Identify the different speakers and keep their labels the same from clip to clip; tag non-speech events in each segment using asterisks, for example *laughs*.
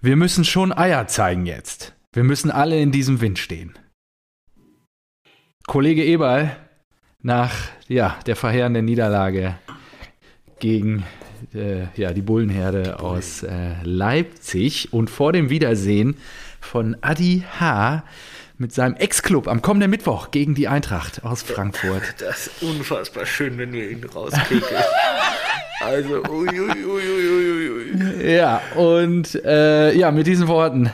Speaker 1: Wir müssen schon Eier zeigen jetzt. Wir müssen alle in diesem Wind stehen. Kollege Eberl, nach ja, der verheerenden Niederlage gegen äh, ja, die Bullenherde aus äh, Leipzig und vor dem Wiedersehen von Adi H. mit seinem Ex-Club am kommenden Mittwoch gegen die Eintracht aus Frankfurt.
Speaker 2: Das ist unfassbar schön, wenn wir ihn rauskriegen. also, uiuiuiuiui. Ui, ui, ui,
Speaker 1: Ja, und äh, ja, mit diesen Worten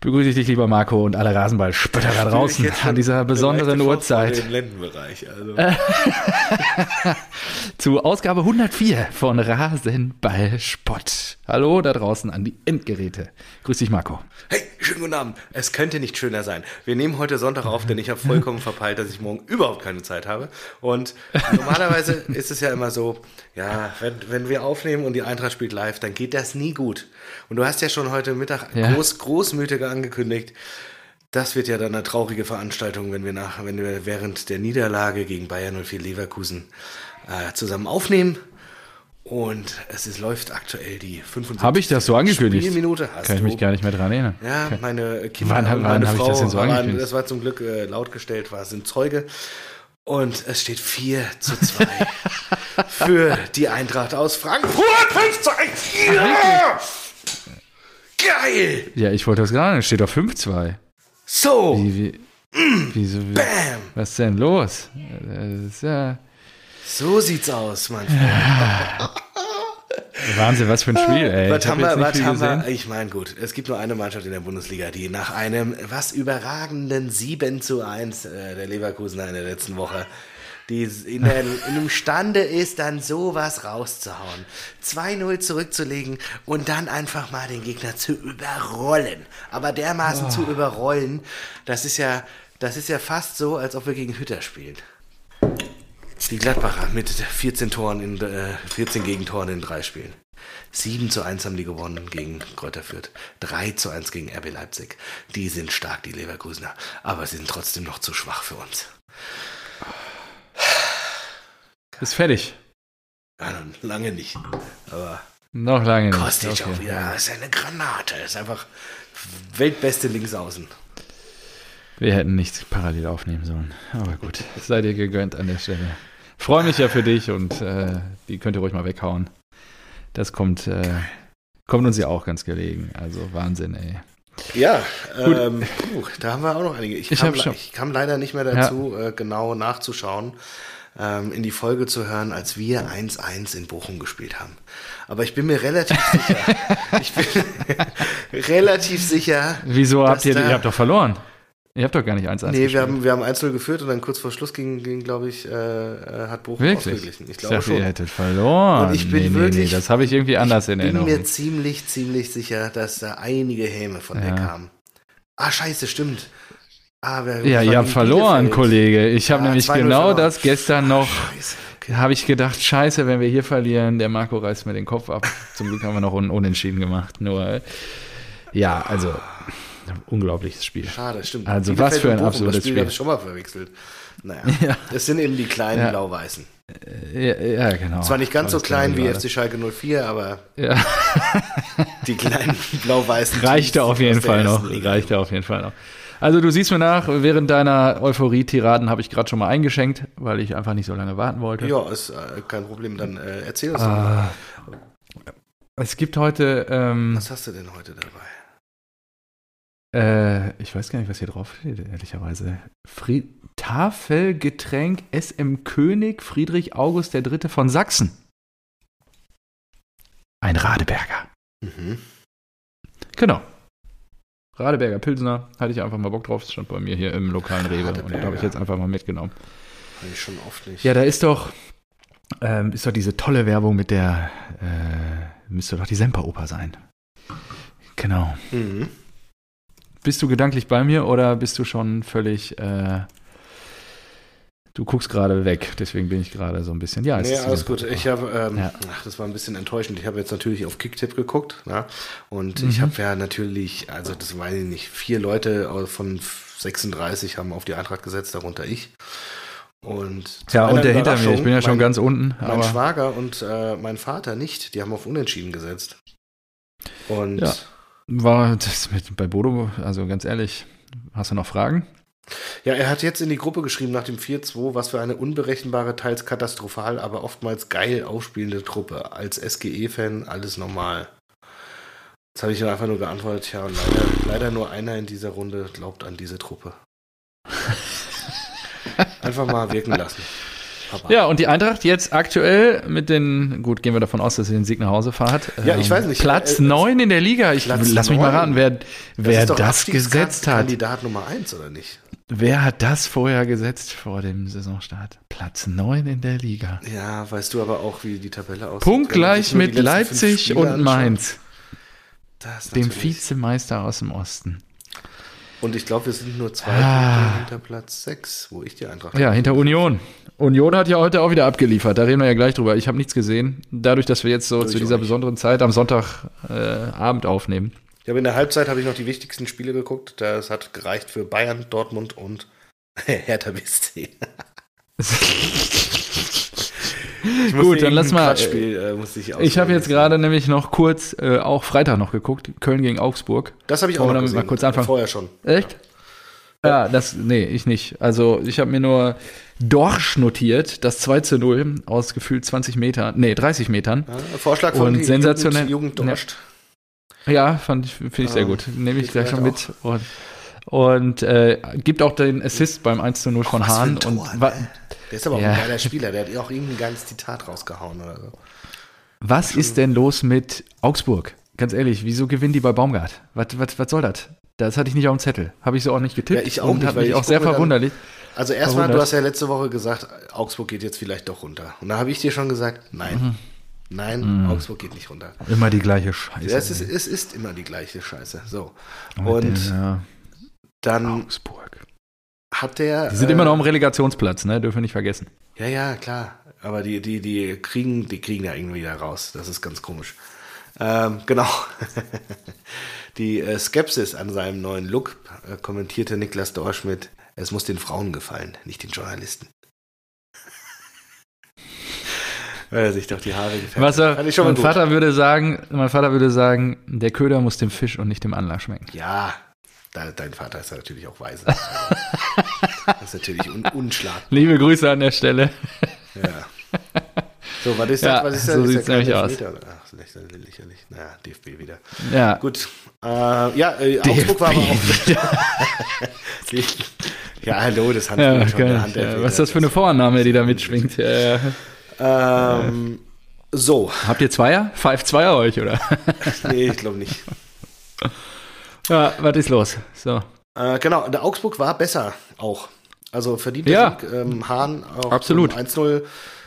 Speaker 1: begrüße ich dich, lieber Marco, und alle Rasenballspötter da draußen
Speaker 2: Jetzt schon
Speaker 1: an dieser
Speaker 2: eine
Speaker 1: besonderen
Speaker 2: leichte Faust vor
Speaker 1: Uhrzeit
Speaker 2: dem Lendenbereich. Also,
Speaker 1: zu Ausgabe 104 von Rasenballspott. Hallo da draußen an die Endgeräte. Grüß dich, Marco.
Speaker 2: Hey, schönen guten Abend. Es könnte nicht schöner sein. Wir nehmen heute Sonntag auf, denn ich habe vollkommen verpeilt, dass ich morgen überhaupt keine Zeit habe. Und
Speaker 1: *laughs*
Speaker 2: normalerweise ist es ja immer so, ja, wenn, wenn wir aufnehmen und die Eintracht spielt live, dann geht das nie gut. Und du hast ja schon heute Mittag
Speaker 1: Ja.
Speaker 2: groß, großmütiger angekündigt, das wird ja dann eine traurige Veranstaltung, wenn wir, nach, wenn wir während der Niederlage gegen Bayern 04 Leverkusen äh, zusammen aufnehmen. Und es ist, läuft aktuell die 75.
Speaker 1: Habe ich das so angekündigt?
Speaker 2: Spielminute hast
Speaker 1: Kann ich
Speaker 2: du.
Speaker 1: mich gar nicht mehr dran erinnern.
Speaker 2: Ja, meine Kinder
Speaker 1: Wann-
Speaker 2: und
Speaker 1: wann
Speaker 2: meine
Speaker 1: hab ich
Speaker 2: Frau,
Speaker 1: das denn so
Speaker 2: waren,
Speaker 1: angekündigt?
Speaker 2: das war zum Glück äh, lautgestellt, war, sind Zeuge. Und es steht 4 zu
Speaker 1: *laughs*
Speaker 2: 2 für die Eintracht aus Frankfurt. 5 zu 1. Ja! Geil.
Speaker 1: Ja, ich wollte das gerade, steht auf 5-2.
Speaker 2: So,
Speaker 1: Wie, wie, wieso, wie,
Speaker 2: Mm. bam.
Speaker 1: was ist denn los? Das ist ja
Speaker 2: So sieht's aus, Mann.
Speaker 1: Wahnsinn, was für ein Spiel, ey.
Speaker 2: Ah. was
Speaker 1: Ich hab
Speaker 2: haben wir,
Speaker 1: jetzt nicht
Speaker 2: was
Speaker 1: viel
Speaker 2: haben wir?
Speaker 1: gesehen.
Speaker 2: Ich meine, gut, es gibt nur eine Mannschaft in der Bundesliga, die nach einem was überragenden 7 zu 1 äh, der Leverkusener in der letzten Woche, die
Speaker 1: *laughs*
Speaker 2: in der, in dem Stande ist, dann sowas rauszuhauen. 2-0 zurückzulegen und dann einfach mal den Gegner zu überrollen. Aber dermaßen
Speaker 1: Ah.
Speaker 2: zu überrollen, das ist ja, das ist ja fast so, als ob wir gegen Hütter spielen. Die Gladbacher mit 14 Toren in äh, 14 Gegentoren in drei Spielen. 7 zu 1 haben die gewonnen gegen Kräuter Fürth. 3 zu 1 gegen RB Leipzig. Die sind stark, die Leverkusener. Aber sie sind trotzdem noch zu schwach für uns.
Speaker 1: Ist fertig.
Speaker 2: Ja, nun, lange nicht. Aber
Speaker 1: Noch lange nicht.
Speaker 2: Kostic
Speaker 1: Okay.
Speaker 2: auch wieder. Ist eine Granate. Ist einfach weltbeste Linksaußen.
Speaker 1: Wir hätten nicht parallel aufnehmen sollen. Aber gut, sei dir gegönnt an der Stelle. Freue mich ja für dich und äh, die könnt ihr ruhig mal weghauen. Das kommt, äh, kommt uns ja auch ganz gelegen. Also Wahnsinn, ey.
Speaker 2: Ja, ähm, puh, da haben wir auch noch einige. Ich,
Speaker 1: Ich
Speaker 2: kam,
Speaker 1: hab
Speaker 2: le-
Speaker 1: schon-
Speaker 2: ich kam leider nicht mehr dazu, äh, genau nachzuschauen, ähm, in die Folge zu hören, als wir 1-1 in Bochum gespielt haben. Aber ich bin
Speaker 1: *laughs*
Speaker 2: mir relativ sicher, ich bin *laughs* relativ sicher,
Speaker 1: Wieso
Speaker 2: Dass
Speaker 1: habt ihr,
Speaker 2: da-
Speaker 1: ihr habt doch verloren. Ihr habt doch gar nicht 1-1
Speaker 2: nee, wir
Speaker 1: gespielt.
Speaker 2: haben, wir haben 1-0 geführt und dann kurz vor Schluss ging, ging glaube ich, äh, äh, hat Bochum
Speaker 1: Wirklich?
Speaker 2: ausgeglichen. Ich
Speaker 1: dachte,
Speaker 2: glaube schon.
Speaker 1: ihr hättet verloren.
Speaker 2: Und ich bin
Speaker 1: nee, nee,
Speaker 2: wirklich-
Speaker 1: Nee, das habe ich irgendwie anders in
Speaker 2: Ich bin mir
Speaker 1: Erinnerung.
Speaker 2: ziemlich, ziemlich sicher, dass da einige Häme von
Speaker 1: Ja.
Speaker 2: der kamen. Ah, scheiße, stimmt. Ah, wir
Speaker 1: Ja, ihr habt verloren,
Speaker 2: Kollege.
Speaker 1: Kollege. Ich habe
Speaker 2: Ja,
Speaker 1: nämlich
Speaker 2: 2-0
Speaker 1: genau
Speaker 2: verloren.
Speaker 1: das gestern noch
Speaker 2: Scheiße.
Speaker 1: habe ich gedacht, scheiße, wenn wir hier verlieren, der Marco reißt mir den Kopf ab. Zum Glück haben wir noch un unentschieden gemacht. Nur, äh, ja, also, unglaubliches Spiel.
Speaker 2: Schade, stimmt.
Speaker 1: Also
Speaker 2: Bielefeld
Speaker 1: was für
Speaker 2: und
Speaker 1: ein
Speaker 2: Bochum,
Speaker 1: absolutes
Speaker 2: das Spiel.
Speaker 1: Spiel.
Speaker 2: habe ich schon mal verwechselt. Naja,
Speaker 1: *laughs*
Speaker 2: das sind eben die kleinen
Speaker 1: Ja. Oh,
Speaker 2: Blau-Weißen.
Speaker 1: Ja, ja genau.
Speaker 2: Zwar nicht ganz so
Speaker 1: Tolles
Speaker 2: klein
Speaker 1: Derby
Speaker 2: wie
Speaker 1: war das.
Speaker 2: FC Schalke 04, aber
Speaker 1: Ja, *laughs*
Speaker 2: die kleinen Blau-Weißen.
Speaker 1: reichte auf jeden Fall noch.
Speaker 2: Reicht.
Speaker 1: Reichte auf jeden Fall noch. Also du siehst mir nach, während deiner Euphorie-Tiraden habe ich gerade schon mal eingeschenkt, weil ich einfach nicht so lange warten wollte.
Speaker 2: Ja, ist äh, kein Problem. Dann äh, erzähl uns doch mal.
Speaker 1: Ah. es gibt heute, ähm,
Speaker 2: Was hast du denn heute dabei?
Speaker 1: äh, ich weiß gar nicht, was hier drauf steht, ehrlicherweise. Fried Tafelgetränk SM König Friedrich August III. von Sachsen. Ein Radeberger.
Speaker 2: Mhm.
Speaker 1: Genau. Radeberger Pilsner, hatte ich einfach mal Bock drauf, das stand bei mir hier im lokalen Rewe und da habe ich
Speaker 2: Radeberger.
Speaker 1: jetzt einfach mal mitgenommen.
Speaker 2: Habe ich schon oft nicht.
Speaker 1: Ja, da ist doch, ähm, ist doch diese tolle Werbung mit der, äh, müsste doch die Semperoper sein. Genau.
Speaker 2: Mhm.
Speaker 1: Bist du gedanklich bei mir oder bist du schon völlig. Äh, du guckst gerade weg, deswegen bin ich gerade so ein bisschen. Ja, Ah, es
Speaker 2: Nee,
Speaker 1: ist die
Speaker 2: alles gut.
Speaker 1: Sendung.
Speaker 2: Ich habe, ähm,
Speaker 1: Ja.
Speaker 2: ach, das war ein bisschen enttäuschend. Ich habe jetzt natürlich auf Kicktipp geguckt, ne? Und
Speaker 1: Mhm.
Speaker 2: ich habe ja natürlich, also das weiß ich nicht, vier Leute aus- von 36 haben auf die Eintracht gesetzt, darunter ich. Und zu
Speaker 1: ja,
Speaker 2: meiner
Speaker 1: und der hinter mir,
Speaker 2: Überraschung,
Speaker 1: ich bin ja schon
Speaker 2: mein,
Speaker 1: ganz unten.
Speaker 2: Mein
Speaker 1: Aber
Speaker 2: Schwager und äh, mein Vater nicht, die haben auf Unentschieden gesetzt. Und
Speaker 1: Ja. War das mit, bei Bodo, also ganz ehrlich, hast du noch Fragen?
Speaker 2: Ja, er hat jetzt in die Gruppe geschrieben nach dem 4-2, was für eine unberechenbare, teils katastrophal, aber oftmals geil aufspielende Truppe. Als SGE-Fan alles normal. Jetzt habe ich ihm einfach nur geantwortet, ja, leider, leider nur einer in dieser Runde glaubt an diese Truppe.
Speaker 1: *laughs*
Speaker 2: Einfach mal wirken lassen. Papa.
Speaker 1: Ja, und die Eintracht jetzt aktuell mit den, gut, gehen wir davon aus, dass sie den Sieg nach Hause fahrt. Ähm,
Speaker 2: Ja, ich weiß nicht.
Speaker 1: Platz
Speaker 2: Äh, äh,
Speaker 1: 9 in der Liga. Ich,
Speaker 2: Platz
Speaker 1: lass mich mal
Speaker 2: neun.
Speaker 1: raten, wer, wer
Speaker 2: ist doch
Speaker 1: das, gesetzt hat.
Speaker 2: Kandidat Nummer 1, oder nicht?
Speaker 1: Wer hat das vorher gesetzt vor dem Saisonstart? Platz 9 in der Liga.
Speaker 2: Ja, weißt du aber auch, wie die Tabelle aussieht.
Speaker 1: Punktgleich
Speaker 2: Wenn man
Speaker 1: mit
Speaker 2: sich nur die letzten fünf
Speaker 1: Leipzig
Speaker 2: Spiele
Speaker 1: und
Speaker 2: anschaut,
Speaker 1: Mainz,
Speaker 2: das ist
Speaker 1: dem
Speaker 2: natürlich-
Speaker 1: Vizemeister aus dem Osten.
Speaker 2: Und ich glaube, wir sind nur zwei
Speaker 1: Ah.
Speaker 2: Punkte hinter Platz 6, wo ich die Eintracht
Speaker 1: Ja, hinter Union. Union hat ja heute auch wieder abgeliefert. Da reden wir ja gleich drüber. Ich habe nichts gesehen. Dadurch, dass wir jetzt so
Speaker 2: ich
Speaker 1: zu
Speaker 2: auch
Speaker 1: dieser
Speaker 2: nicht.
Speaker 1: besonderen Zeit am Sonntagabend äh, Abend aufnehmen.
Speaker 2: Ich habe in der Halbzeit habe ich noch die wichtigsten Spiele geguckt. Das hat gereicht für Bayern, Dortmund und *laughs* Hertha BSC. Ich musste
Speaker 1: Gut, dann
Speaker 2: irgendein
Speaker 1: lass mal,
Speaker 2: Quatschspiel, äh, musste ich
Speaker 1: Ich habe
Speaker 2: auswählen.
Speaker 1: jetzt gerade nämlich noch kurz, äh, auch Freitag noch geguckt, Köln gegen Augsburg.
Speaker 2: Das habe ich auch
Speaker 1: Wollen Oh, wir
Speaker 2: noch
Speaker 1: damit
Speaker 2: gesehen.
Speaker 1: mal kurz anfangen?
Speaker 2: Vorher schon.
Speaker 1: Echt? Ja, das, nee, ich nicht. Also ich habe mir nur Dorsch notiert, das 2 zu 0 aus gefühlt 20 Metern, nee, 30 Metern.
Speaker 2: Ja, Vorschlag von
Speaker 1: Und
Speaker 2: die
Speaker 1: sensationell-
Speaker 2: Jugend, Jugend Dorscht.
Speaker 1: Ja, fand ich, finde ich sehr
Speaker 2: Ähm,
Speaker 1: gut. Nehme ich
Speaker 2: geht
Speaker 1: gleich schon
Speaker 2: vielleicht
Speaker 1: mit. Und, und äh, gibt auch den Assist beim 1 zu 0 von
Speaker 2: was für
Speaker 1: Hahn.
Speaker 2: ein Tor,
Speaker 1: und
Speaker 2: ne?
Speaker 1: wa
Speaker 2: Der ist aber auch
Speaker 1: Ja.
Speaker 2: ein geiler Spieler. Der hat auch irgendein geiles Zitat rausgehauen oder so.
Speaker 1: was ist denn los mit Augsburg? Ganz ehrlich, wieso gewinnen die bei Baumgart? Was, was, was soll das? Das hatte ich nicht auf dem Zettel. Habe ich so auch nicht getippt.
Speaker 2: Ja, ich auch
Speaker 1: und
Speaker 2: nicht,
Speaker 1: hat
Speaker 2: weil
Speaker 1: mich
Speaker 2: ich
Speaker 1: auch sehr
Speaker 2: gucke mir dann-
Speaker 1: verwunderlich.
Speaker 2: Also erstmal, du
Speaker 1: Verwundert.
Speaker 2: hast ja letzte Woche gesagt, Augsburg geht jetzt vielleicht doch runter. Und da habe ich dir schon gesagt, nein.
Speaker 1: Mhm.
Speaker 2: Nein, Augsburg geht nicht runter.
Speaker 1: Immer die gleiche Scheiße.
Speaker 2: Ja, es, ist, es ist immer die gleiche Scheiße. So.
Speaker 1: ey.
Speaker 2: Und
Speaker 1: ja,
Speaker 2: dann
Speaker 1: Augsburg.
Speaker 2: hat der. äh,
Speaker 1: Die sind immer noch am Relegationsplatz, ne? Dürfen wir nicht vergessen.
Speaker 2: Ja, ja, klar. Aber die, die, die kriegen, die kriegen da irgendwie da raus. Das ist ganz komisch. Ähm, *laughs* genau. die äh, Skepsis an seinem neuen Look äh, kommentierte Niklas Dorsch mit: Es muss den Frauen gefallen, nicht
Speaker 1: *laughs*
Speaker 2: den Journalisten. Weil er sich doch die Haare gefällt.
Speaker 1: Was er,
Speaker 2: Fand ich schon mal
Speaker 1: mein
Speaker 2: gut.
Speaker 1: Vater würde sagen, mein Vater würde sagen, der Köder muss dem Fisch und nicht dem Angler schmecken.
Speaker 2: Ja, da, dein Vater ist ja natürlich
Speaker 1: *laughs*
Speaker 2: auch weise. Also, das ist natürlich un, unschlag.
Speaker 1: Liebe Grüße an der Stelle.
Speaker 2: Ja. So, was ist
Speaker 1: Ja,
Speaker 2: das? Was ist das?
Speaker 1: so
Speaker 2: Ist ja
Speaker 1: sieht's nämlich
Speaker 2: kein
Speaker 1: aus.
Speaker 2: Elfmeter, oder? Ach, lächerlich, lächerlich. Naja, DFB wieder.
Speaker 1: Ja.
Speaker 2: Gut. Äh, ja, äh, Augsburg war aber auch. *laughs* ja, hallo, das Handspiel
Speaker 1: Ja,
Speaker 2: schon, der
Speaker 1: geil.
Speaker 2: Handelfmeter.
Speaker 1: Ja, was ist das für eine Vorannahme, die da mitschwingt? Ja, ja.
Speaker 2: Ähm, so,
Speaker 1: Habt ihr Zweier? Five Zweier euch, oder?
Speaker 2: nee, ich glaube nicht.
Speaker 1: Ja, was ist los? So.
Speaker 2: Äh, genau, der Augsburg war besser auch. Also verdienter
Speaker 1: Ja.
Speaker 2: Sieg, ähm, Hahn auch
Speaker 1: Absolut.
Speaker 2: zum 1-0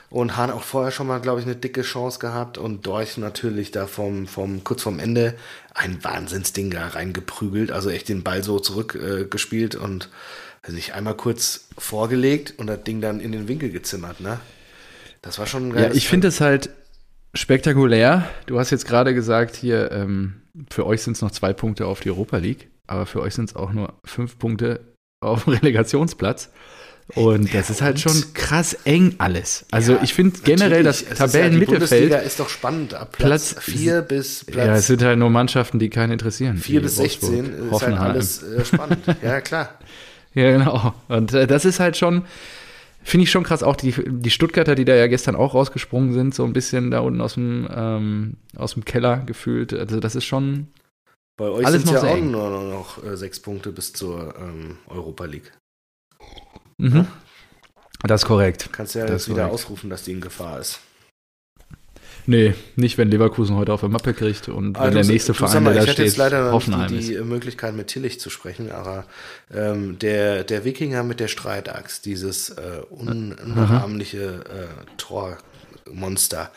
Speaker 2: und Hahn auch vorher schon mal, glaube ich, eine dicke Chance gehabt und Dorch natürlich da vom, vom kurz vorm Ende ein Wahnsinnsding da reingeprügelt, also echt den Ball so zurückgespielt äh, gespielt und also nicht einmal kurz vorgelegt und das Ding dann in den Winkel gezimmert, ne? Das war schon ein
Speaker 1: Ja,
Speaker 2: geiles
Speaker 1: ich finde es halt spektakulär. Du hast jetzt gerade gesagt, hier, ähm, für euch sind es noch zwei Punkte auf die Europa League, aber für euch sind es auch nur fünf Punkte auf dem *laughs* Relegationsplatz. Und das ist halt schon krass eng alles. Also
Speaker 2: Ja,
Speaker 1: ich finde generell das
Speaker 2: Natürlich, es ist ja, die
Speaker 1: Tabellenmittelfeld.
Speaker 2: Bundesliga ist doch spannend ab Platz,
Speaker 1: Platz-
Speaker 2: 4 bis
Speaker 1: ja, es
Speaker 2: Platz
Speaker 1: sind halt nur Mannschaften, Hm, die keinen interessieren.
Speaker 2: 4
Speaker 1: wie
Speaker 2: bis
Speaker 1: Wolfsburg,
Speaker 2: 16 ist halt
Speaker 1: Hoffenheim.
Speaker 2: alles äh, spannend.
Speaker 1: *laughs*
Speaker 2: ja, klar.
Speaker 1: Ja, genau. Und äh, das ist halt schon, finde ich schon krass, auch die, die Stuttgarter, die da ja gestern auch rausgesprungen sind, so ein bisschen da unten aus dem, ähm, aus dem Keller gefühlt. Also das ist schon,
Speaker 2: Bei euch
Speaker 1: Alles
Speaker 2: sind
Speaker 1: noch
Speaker 2: ja
Speaker 1: sehr
Speaker 2: auch
Speaker 1: eng.
Speaker 2: nur noch äh, sechs Punkte bis zur ähm, Europa League.
Speaker 1: mhm. das ist korrekt.
Speaker 2: Kannst ja
Speaker 1: Das
Speaker 2: jetzt wieder
Speaker 1: korrekt.
Speaker 2: ausrufen, dass die in Gefahr ist.
Speaker 1: Nee, nicht, wenn Leverkusen heute auf der Mappe kriegt
Speaker 2: Ah,
Speaker 1: und
Speaker 2: Also,
Speaker 1: wenn der nächste Verein, der
Speaker 2: ich
Speaker 1: da
Speaker 2: hätte
Speaker 1: steht,
Speaker 2: jetzt leider noch
Speaker 1: Hoffenheim
Speaker 2: nicht die,
Speaker 1: ist.
Speaker 2: die äh, Möglichkeit, mit Tillich zu sprechen, aber ähm, der, der Wikinger mit der Streitachs, dieses äh, un unnachahmliche äh, Tormonster,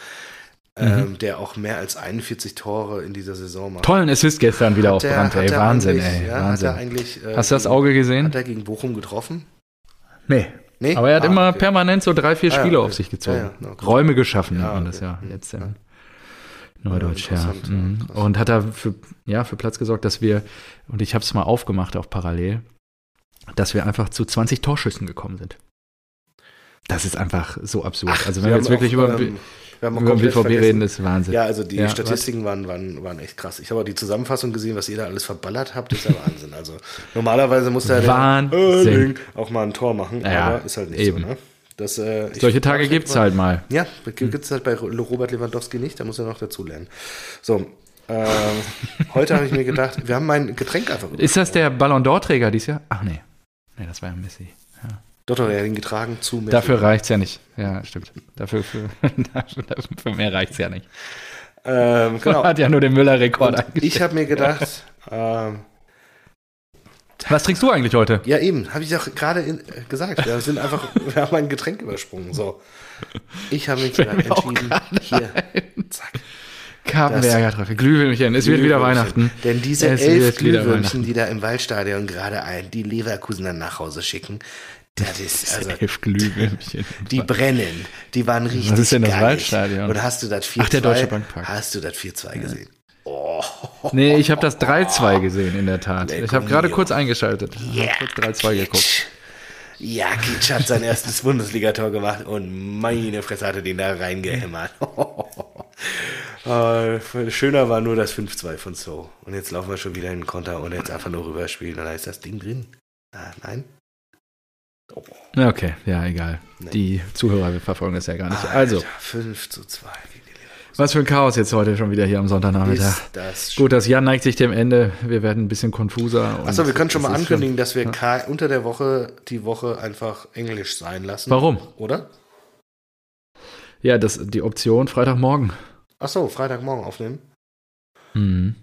Speaker 1: Mhm.
Speaker 2: ähm, der auch mehr als 41 Tore in dieser Saison macht.
Speaker 1: Tollen Assist gestern wieder
Speaker 2: Hat er-
Speaker 1: aufgebrannt,
Speaker 2: hat
Speaker 1: ey.
Speaker 2: er
Speaker 1: Wahnsinn,
Speaker 2: eigentlich-
Speaker 1: ey.
Speaker 2: Ja,
Speaker 1: Wahnsinn.
Speaker 2: Hat er eigentlich, äh,
Speaker 1: Hast du das
Speaker 2: gegen-
Speaker 1: Auge
Speaker 2: Hat
Speaker 1: gesehen?
Speaker 2: er gegen Bochum getroffen?
Speaker 1: Nee.
Speaker 2: Nee?
Speaker 1: Aber er hat
Speaker 2: Ah,
Speaker 1: immer
Speaker 2: okay.
Speaker 1: permanent so drei, vier
Speaker 2: Ah, ja,
Speaker 1: Spiele
Speaker 2: okay.
Speaker 1: auf sich gezogen.
Speaker 2: Ja, ja, okay.
Speaker 1: Räume geschaffen,
Speaker 2: Ja,
Speaker 1: nennt man das
Speaker 2: okay.
Speaker 1: ja.
Speaker 2: Mhm.
Speaker 1: Jetzt im Neudeutsch,
Speaker 2: Ja,
Speaker 1: ja.
Speaker 2: interessant,
Speaker 1: Mhm.
Speaker 2: ja, krass.
Speaker 1: Und hat da für, ja, für Platz gesorgt, dass wir, und ich habe es mal aufgemacht auf parallel, dass wir einfach zu 20 Torschüssen gekommen sind. Das ist einfach so absurd. also wenn wir
Speaker 2: haben
Speaker 1: jetzt wirklich
Speaker 2: auch,
Speaker 1: über,
Speaker 2: ähm, haben
Speaker 1: Über den
Speaker 2: komplett
Speaker 1: BVB
Speaker 2: vergessen.
Speaker 1: reden ist Wahnsinn.
Speaker 2: Ja, also die
Speaker 1: Ja,
Speaker 2: Statistiken waren, waren, waren echt krass. Ich habe auch die Zusammenfassung gesehen, was ihr da alles verballert habt, ist ja Wahnsinn. Also normalerweise muss da
Speaker 1: Wahnsinn.
Speaker 2: auch mal ein Tor machen,
Speaker 1: Ja,
Speaker 2: aber ist halt nicht
Speaker 1: eben.
Speaker 2: so. Ne? Das, äh, ich-
Speaker 1: Solche Tage gibt es halt mal.
Speaker 2: Ja, gibt es halt bei Robert Lewandowski nicht, da muss er noch dazulernen. So, ähm, heute habe ich mir gedacht, wir haben mein Getränk einfach
Speaker 1: Ist das der Ballon d'Or-Träger dieses Jahr? Ach nee. Nee, das war ja Messi.
Speaker 2: Dort hat er ihn getragen zu Messi.
Speaker 1: Dafür reicht es ja nicht. Ja, stimmt. Dafür *laughs* für, dafür, für mehr reicht es ja nicht. *laughs*
Speaker 2: Ähm, genau.
Speaker 1: Hat ja nur den Müller-Rekord
Speaker 2: Und
Speaker 1: eingestellt.
Speaker 2: ich habe mir gedacht, ähm,
Speaker 1: Was trinkst du eigentlich heute?
Speaker 2: ja eben, habe ich doch gerade in- äh, gesagt, wir
Speaker 1: *laughs*
Speaker 2: sind einfach, wir haben ein Getränk übersprungen. So, ich habe mich
Speaker 1: Fällt mir auch
Speaker 2: entschieden, hier, zack.
Speaker 1: Kartenberger Treffer. Glühwürmchen. *laughs* Es wird wieder Weihnachten.
Speaker 2: Denn diese
Speaker 1: Es
Speaker 2: elf
Speaker 1: wird wieder
Speaker 2: Glühwürmchen, die da im Waldstadion gerade ein, die Leverkusener nach Hause schicken, das
Speaker 1: *laughs*
Speaker 2: ist, also,
Speaker 1: Elf Glühwürmchen.
Speaker 2: die brennen. Die waren richtig
Speaker 1: ist denn das
Speaker 2: gallig.
Speaker 1: Waldstadion?
Speaker 2: Und hast du das 4-2?
Speaker 1: Ach, der Deutsche Bankpark.
Speaker 2: Hast du das 4-2 gesehen? Oh.
Speaker 1: Nee, ich habe das 3-2 gesehen, in der Tat.
Speaker 2: Nee,
Speaker 1: ich habe
Speaker 2: komm,
Speaker 1: gerade
Speaker 2: Jo.
Speaker 1: kurz eingeschaltet. Ich
Speaker 2: Ja,
Speaker 1: hab kurz 3-2 geguckt.
Speaker 2: Kitsch. Ja, Kitsch hat sein *laughs* erstes Bundesligator gemacht und meine Fresse hatte den da reingehämmert. *laughs* äh, schöner war nur das 5-2 von So. Und jetzt laufen wir schon wieder in den Konter und jetzt einfach nur rüberspielen und da ist das Ding drin. Ah, nein? Oh,
Speaker 1: Na, Okay, ja, egal. Die Zuhörer verfolgen das ja gar nicht. Also,
Speaker 2: Ah, Alter, 5 zu 2 gegen die Leverkusen.
Speaker 1: was für ein Chaos jetzt heute schon wieder hier am Sonntagnachmittag.
Speaker 2: Ist das
Speaker 1: Gut, das Jahr neigt sich dem Ende. Wir werden ein bisschen konfuser. und
Speaker 2: Achso, wir können schon
Speaker 1: es
Speaker 2: mal
Speaker 1: ist
Speaker 2: ankündigen, dass wir ka- unter der Woche die Woche einfach Englisch sein lassen.
Speaker 1: Warum?
Speaker 2: Oder?
Speaker 1: Ja, das, die Option Freitagmorgen.
Speaker 2: Achso, Freitagmorgen aufnehmen.
Speaker 1: Mhm.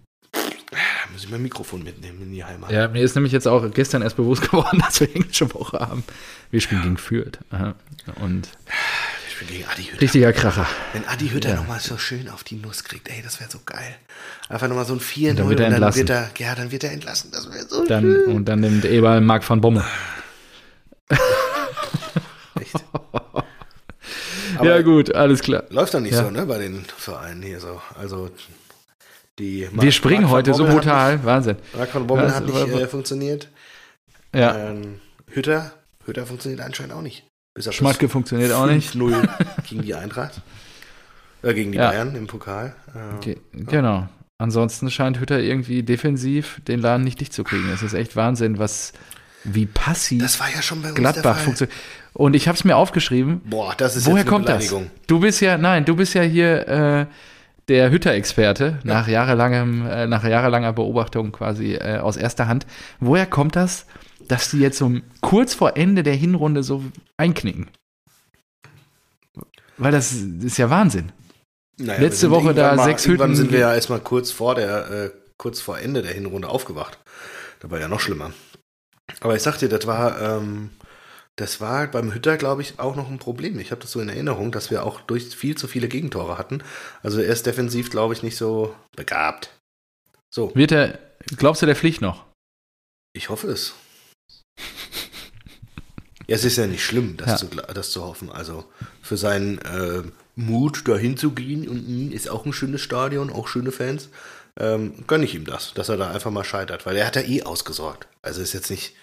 Speaker 2: Da muss ich mein Mikrofon mitnehmen in die Heimat.
Speaker 1: Ja, mir ist nämlich jetzt auch gestern erst bewusst *laughs* geworden, dass wir englische Woche haben. Wir spielen gegen Fürth. Aha. Und
Speaker 2: Ich bin gegen Adi Hütter.
Speaker 1: richtiger Kracher.
Speaker 2: Wenn Adi Hütter
Speaker 1: Ja.
Speaker 2: nochmal so schön auf die Nuss kriegt, ey, das wäre so geil. Einfach nochmal so ein 4-0
Speaker 1: dann wird er
Speaker 2: und dann
Speaker 1: entlassen.
Speaker 2: wird er, ja, dann wird er entlassen. Das wäre so
Speaker 1: Dann, *laughs*
Speaker 2: schön.
Speaker 1: und dann nimmt Eberl Marc van Bommel.
Speaker 2: Echt.
Speaker 1: ja, gut, alles klar.
Speaker 2: Läuft doch nicht
Speaker 1: Ja.
Speaker 2: so, ne, bei den Vereinen hier so. Also, die
Speaker 1: Wir springen heute so brutal. Wahnsinn.
Speaker 2: Mark von Bommel
Speaker 1: Ja,
Speaker 2: hat
Speaker 1: aber-
Speaker 2: nicht äh, funktioniert.
Speaker 1: Ja,
Speaker 2: Ähm, Hütter, Hütter funktioniert anscheinend auch nicht. Bis er schon
Speaker 1: Schmatke funktioniert auch nicht. *laughs*
Speaker 2: 0 gegen die Eintracht. Äh, gegen die
Speaker 1: Ja.
Speaker 2: Bayern im Pokal. Äh,
Speaker 1: Ge Genau. Ansonsten scheint Hütter irgendwie defensiv den Laden nicht dicht zu kriegen. Es ist echt Wahnsinn, was wie
Speaker 2: Das
Speaker 1: passiv
Speaker 2: war ja schon bei uns der
Speaker 1: Gladbach
Speaker 2: Fall.
Speaker 1: funktioniert. Und ich habe es mir aufgeschrieben.
Speaker 2: Boah, das ist
Speaker 1: Woher
Speaker 2: jetzt eine
Speaker 1: kommt das?
Speaker 2: Beleidigung.
Speaker 1: Du bist ja, nein, du bist ja hier äh, der Hütter-Experte nach jahrelangem, äh, nach jahrelanger Beobachtung quasi äh, aus erster Hand. Woher kommt das, dass die jetzt so kurz vor Ende der Hinrunde so einknicken? Weil das ist ja Wahnsinn.
Speaker 2: Naja,
Speaker 1: Letzte
Speaker 2: wir sind
Speaker 1: Woche
Speaker 2: irgendwann
Speaker 1: da
Speaker 2: mal,
Speaker 1: sechs
Speaker 2: Irgendwann
Speaker 1: Hütten-
Speaker 2: sind wir ja erstmal kurz vor der, äh, kurz vor Ende der Hinrunde aufgewacht. Da war ja noch schlimmer. Aber ich sag dir, das war, ähm, das war beim Hütter, glaube ich, auch noch ein Problem. Ich habe das so in Erinnerung, dass wir auch durch viel zu viele Gegentore hatten. Also er ist defensiv, glaube ich, nicht so begabt. So,
Speaker 1: Wird er, glaubst du, der Pflicht noch?
Speaker 2: ich hoffe es. Ja, es ist ja nicht schlimm, das,
Speaker 1: Ja.
Speaker 2: zu, gla- das zu hoffen. Also für seinen äh, Mut, dahin zu gehen und mh, ist auch ein schönes Stadion, auch schöne Fans, ähm, gönne ich ihm das, dass er da einfach mal scheitert, weil er hat ja eh ausgesorgt. Also ist jetzt nicht.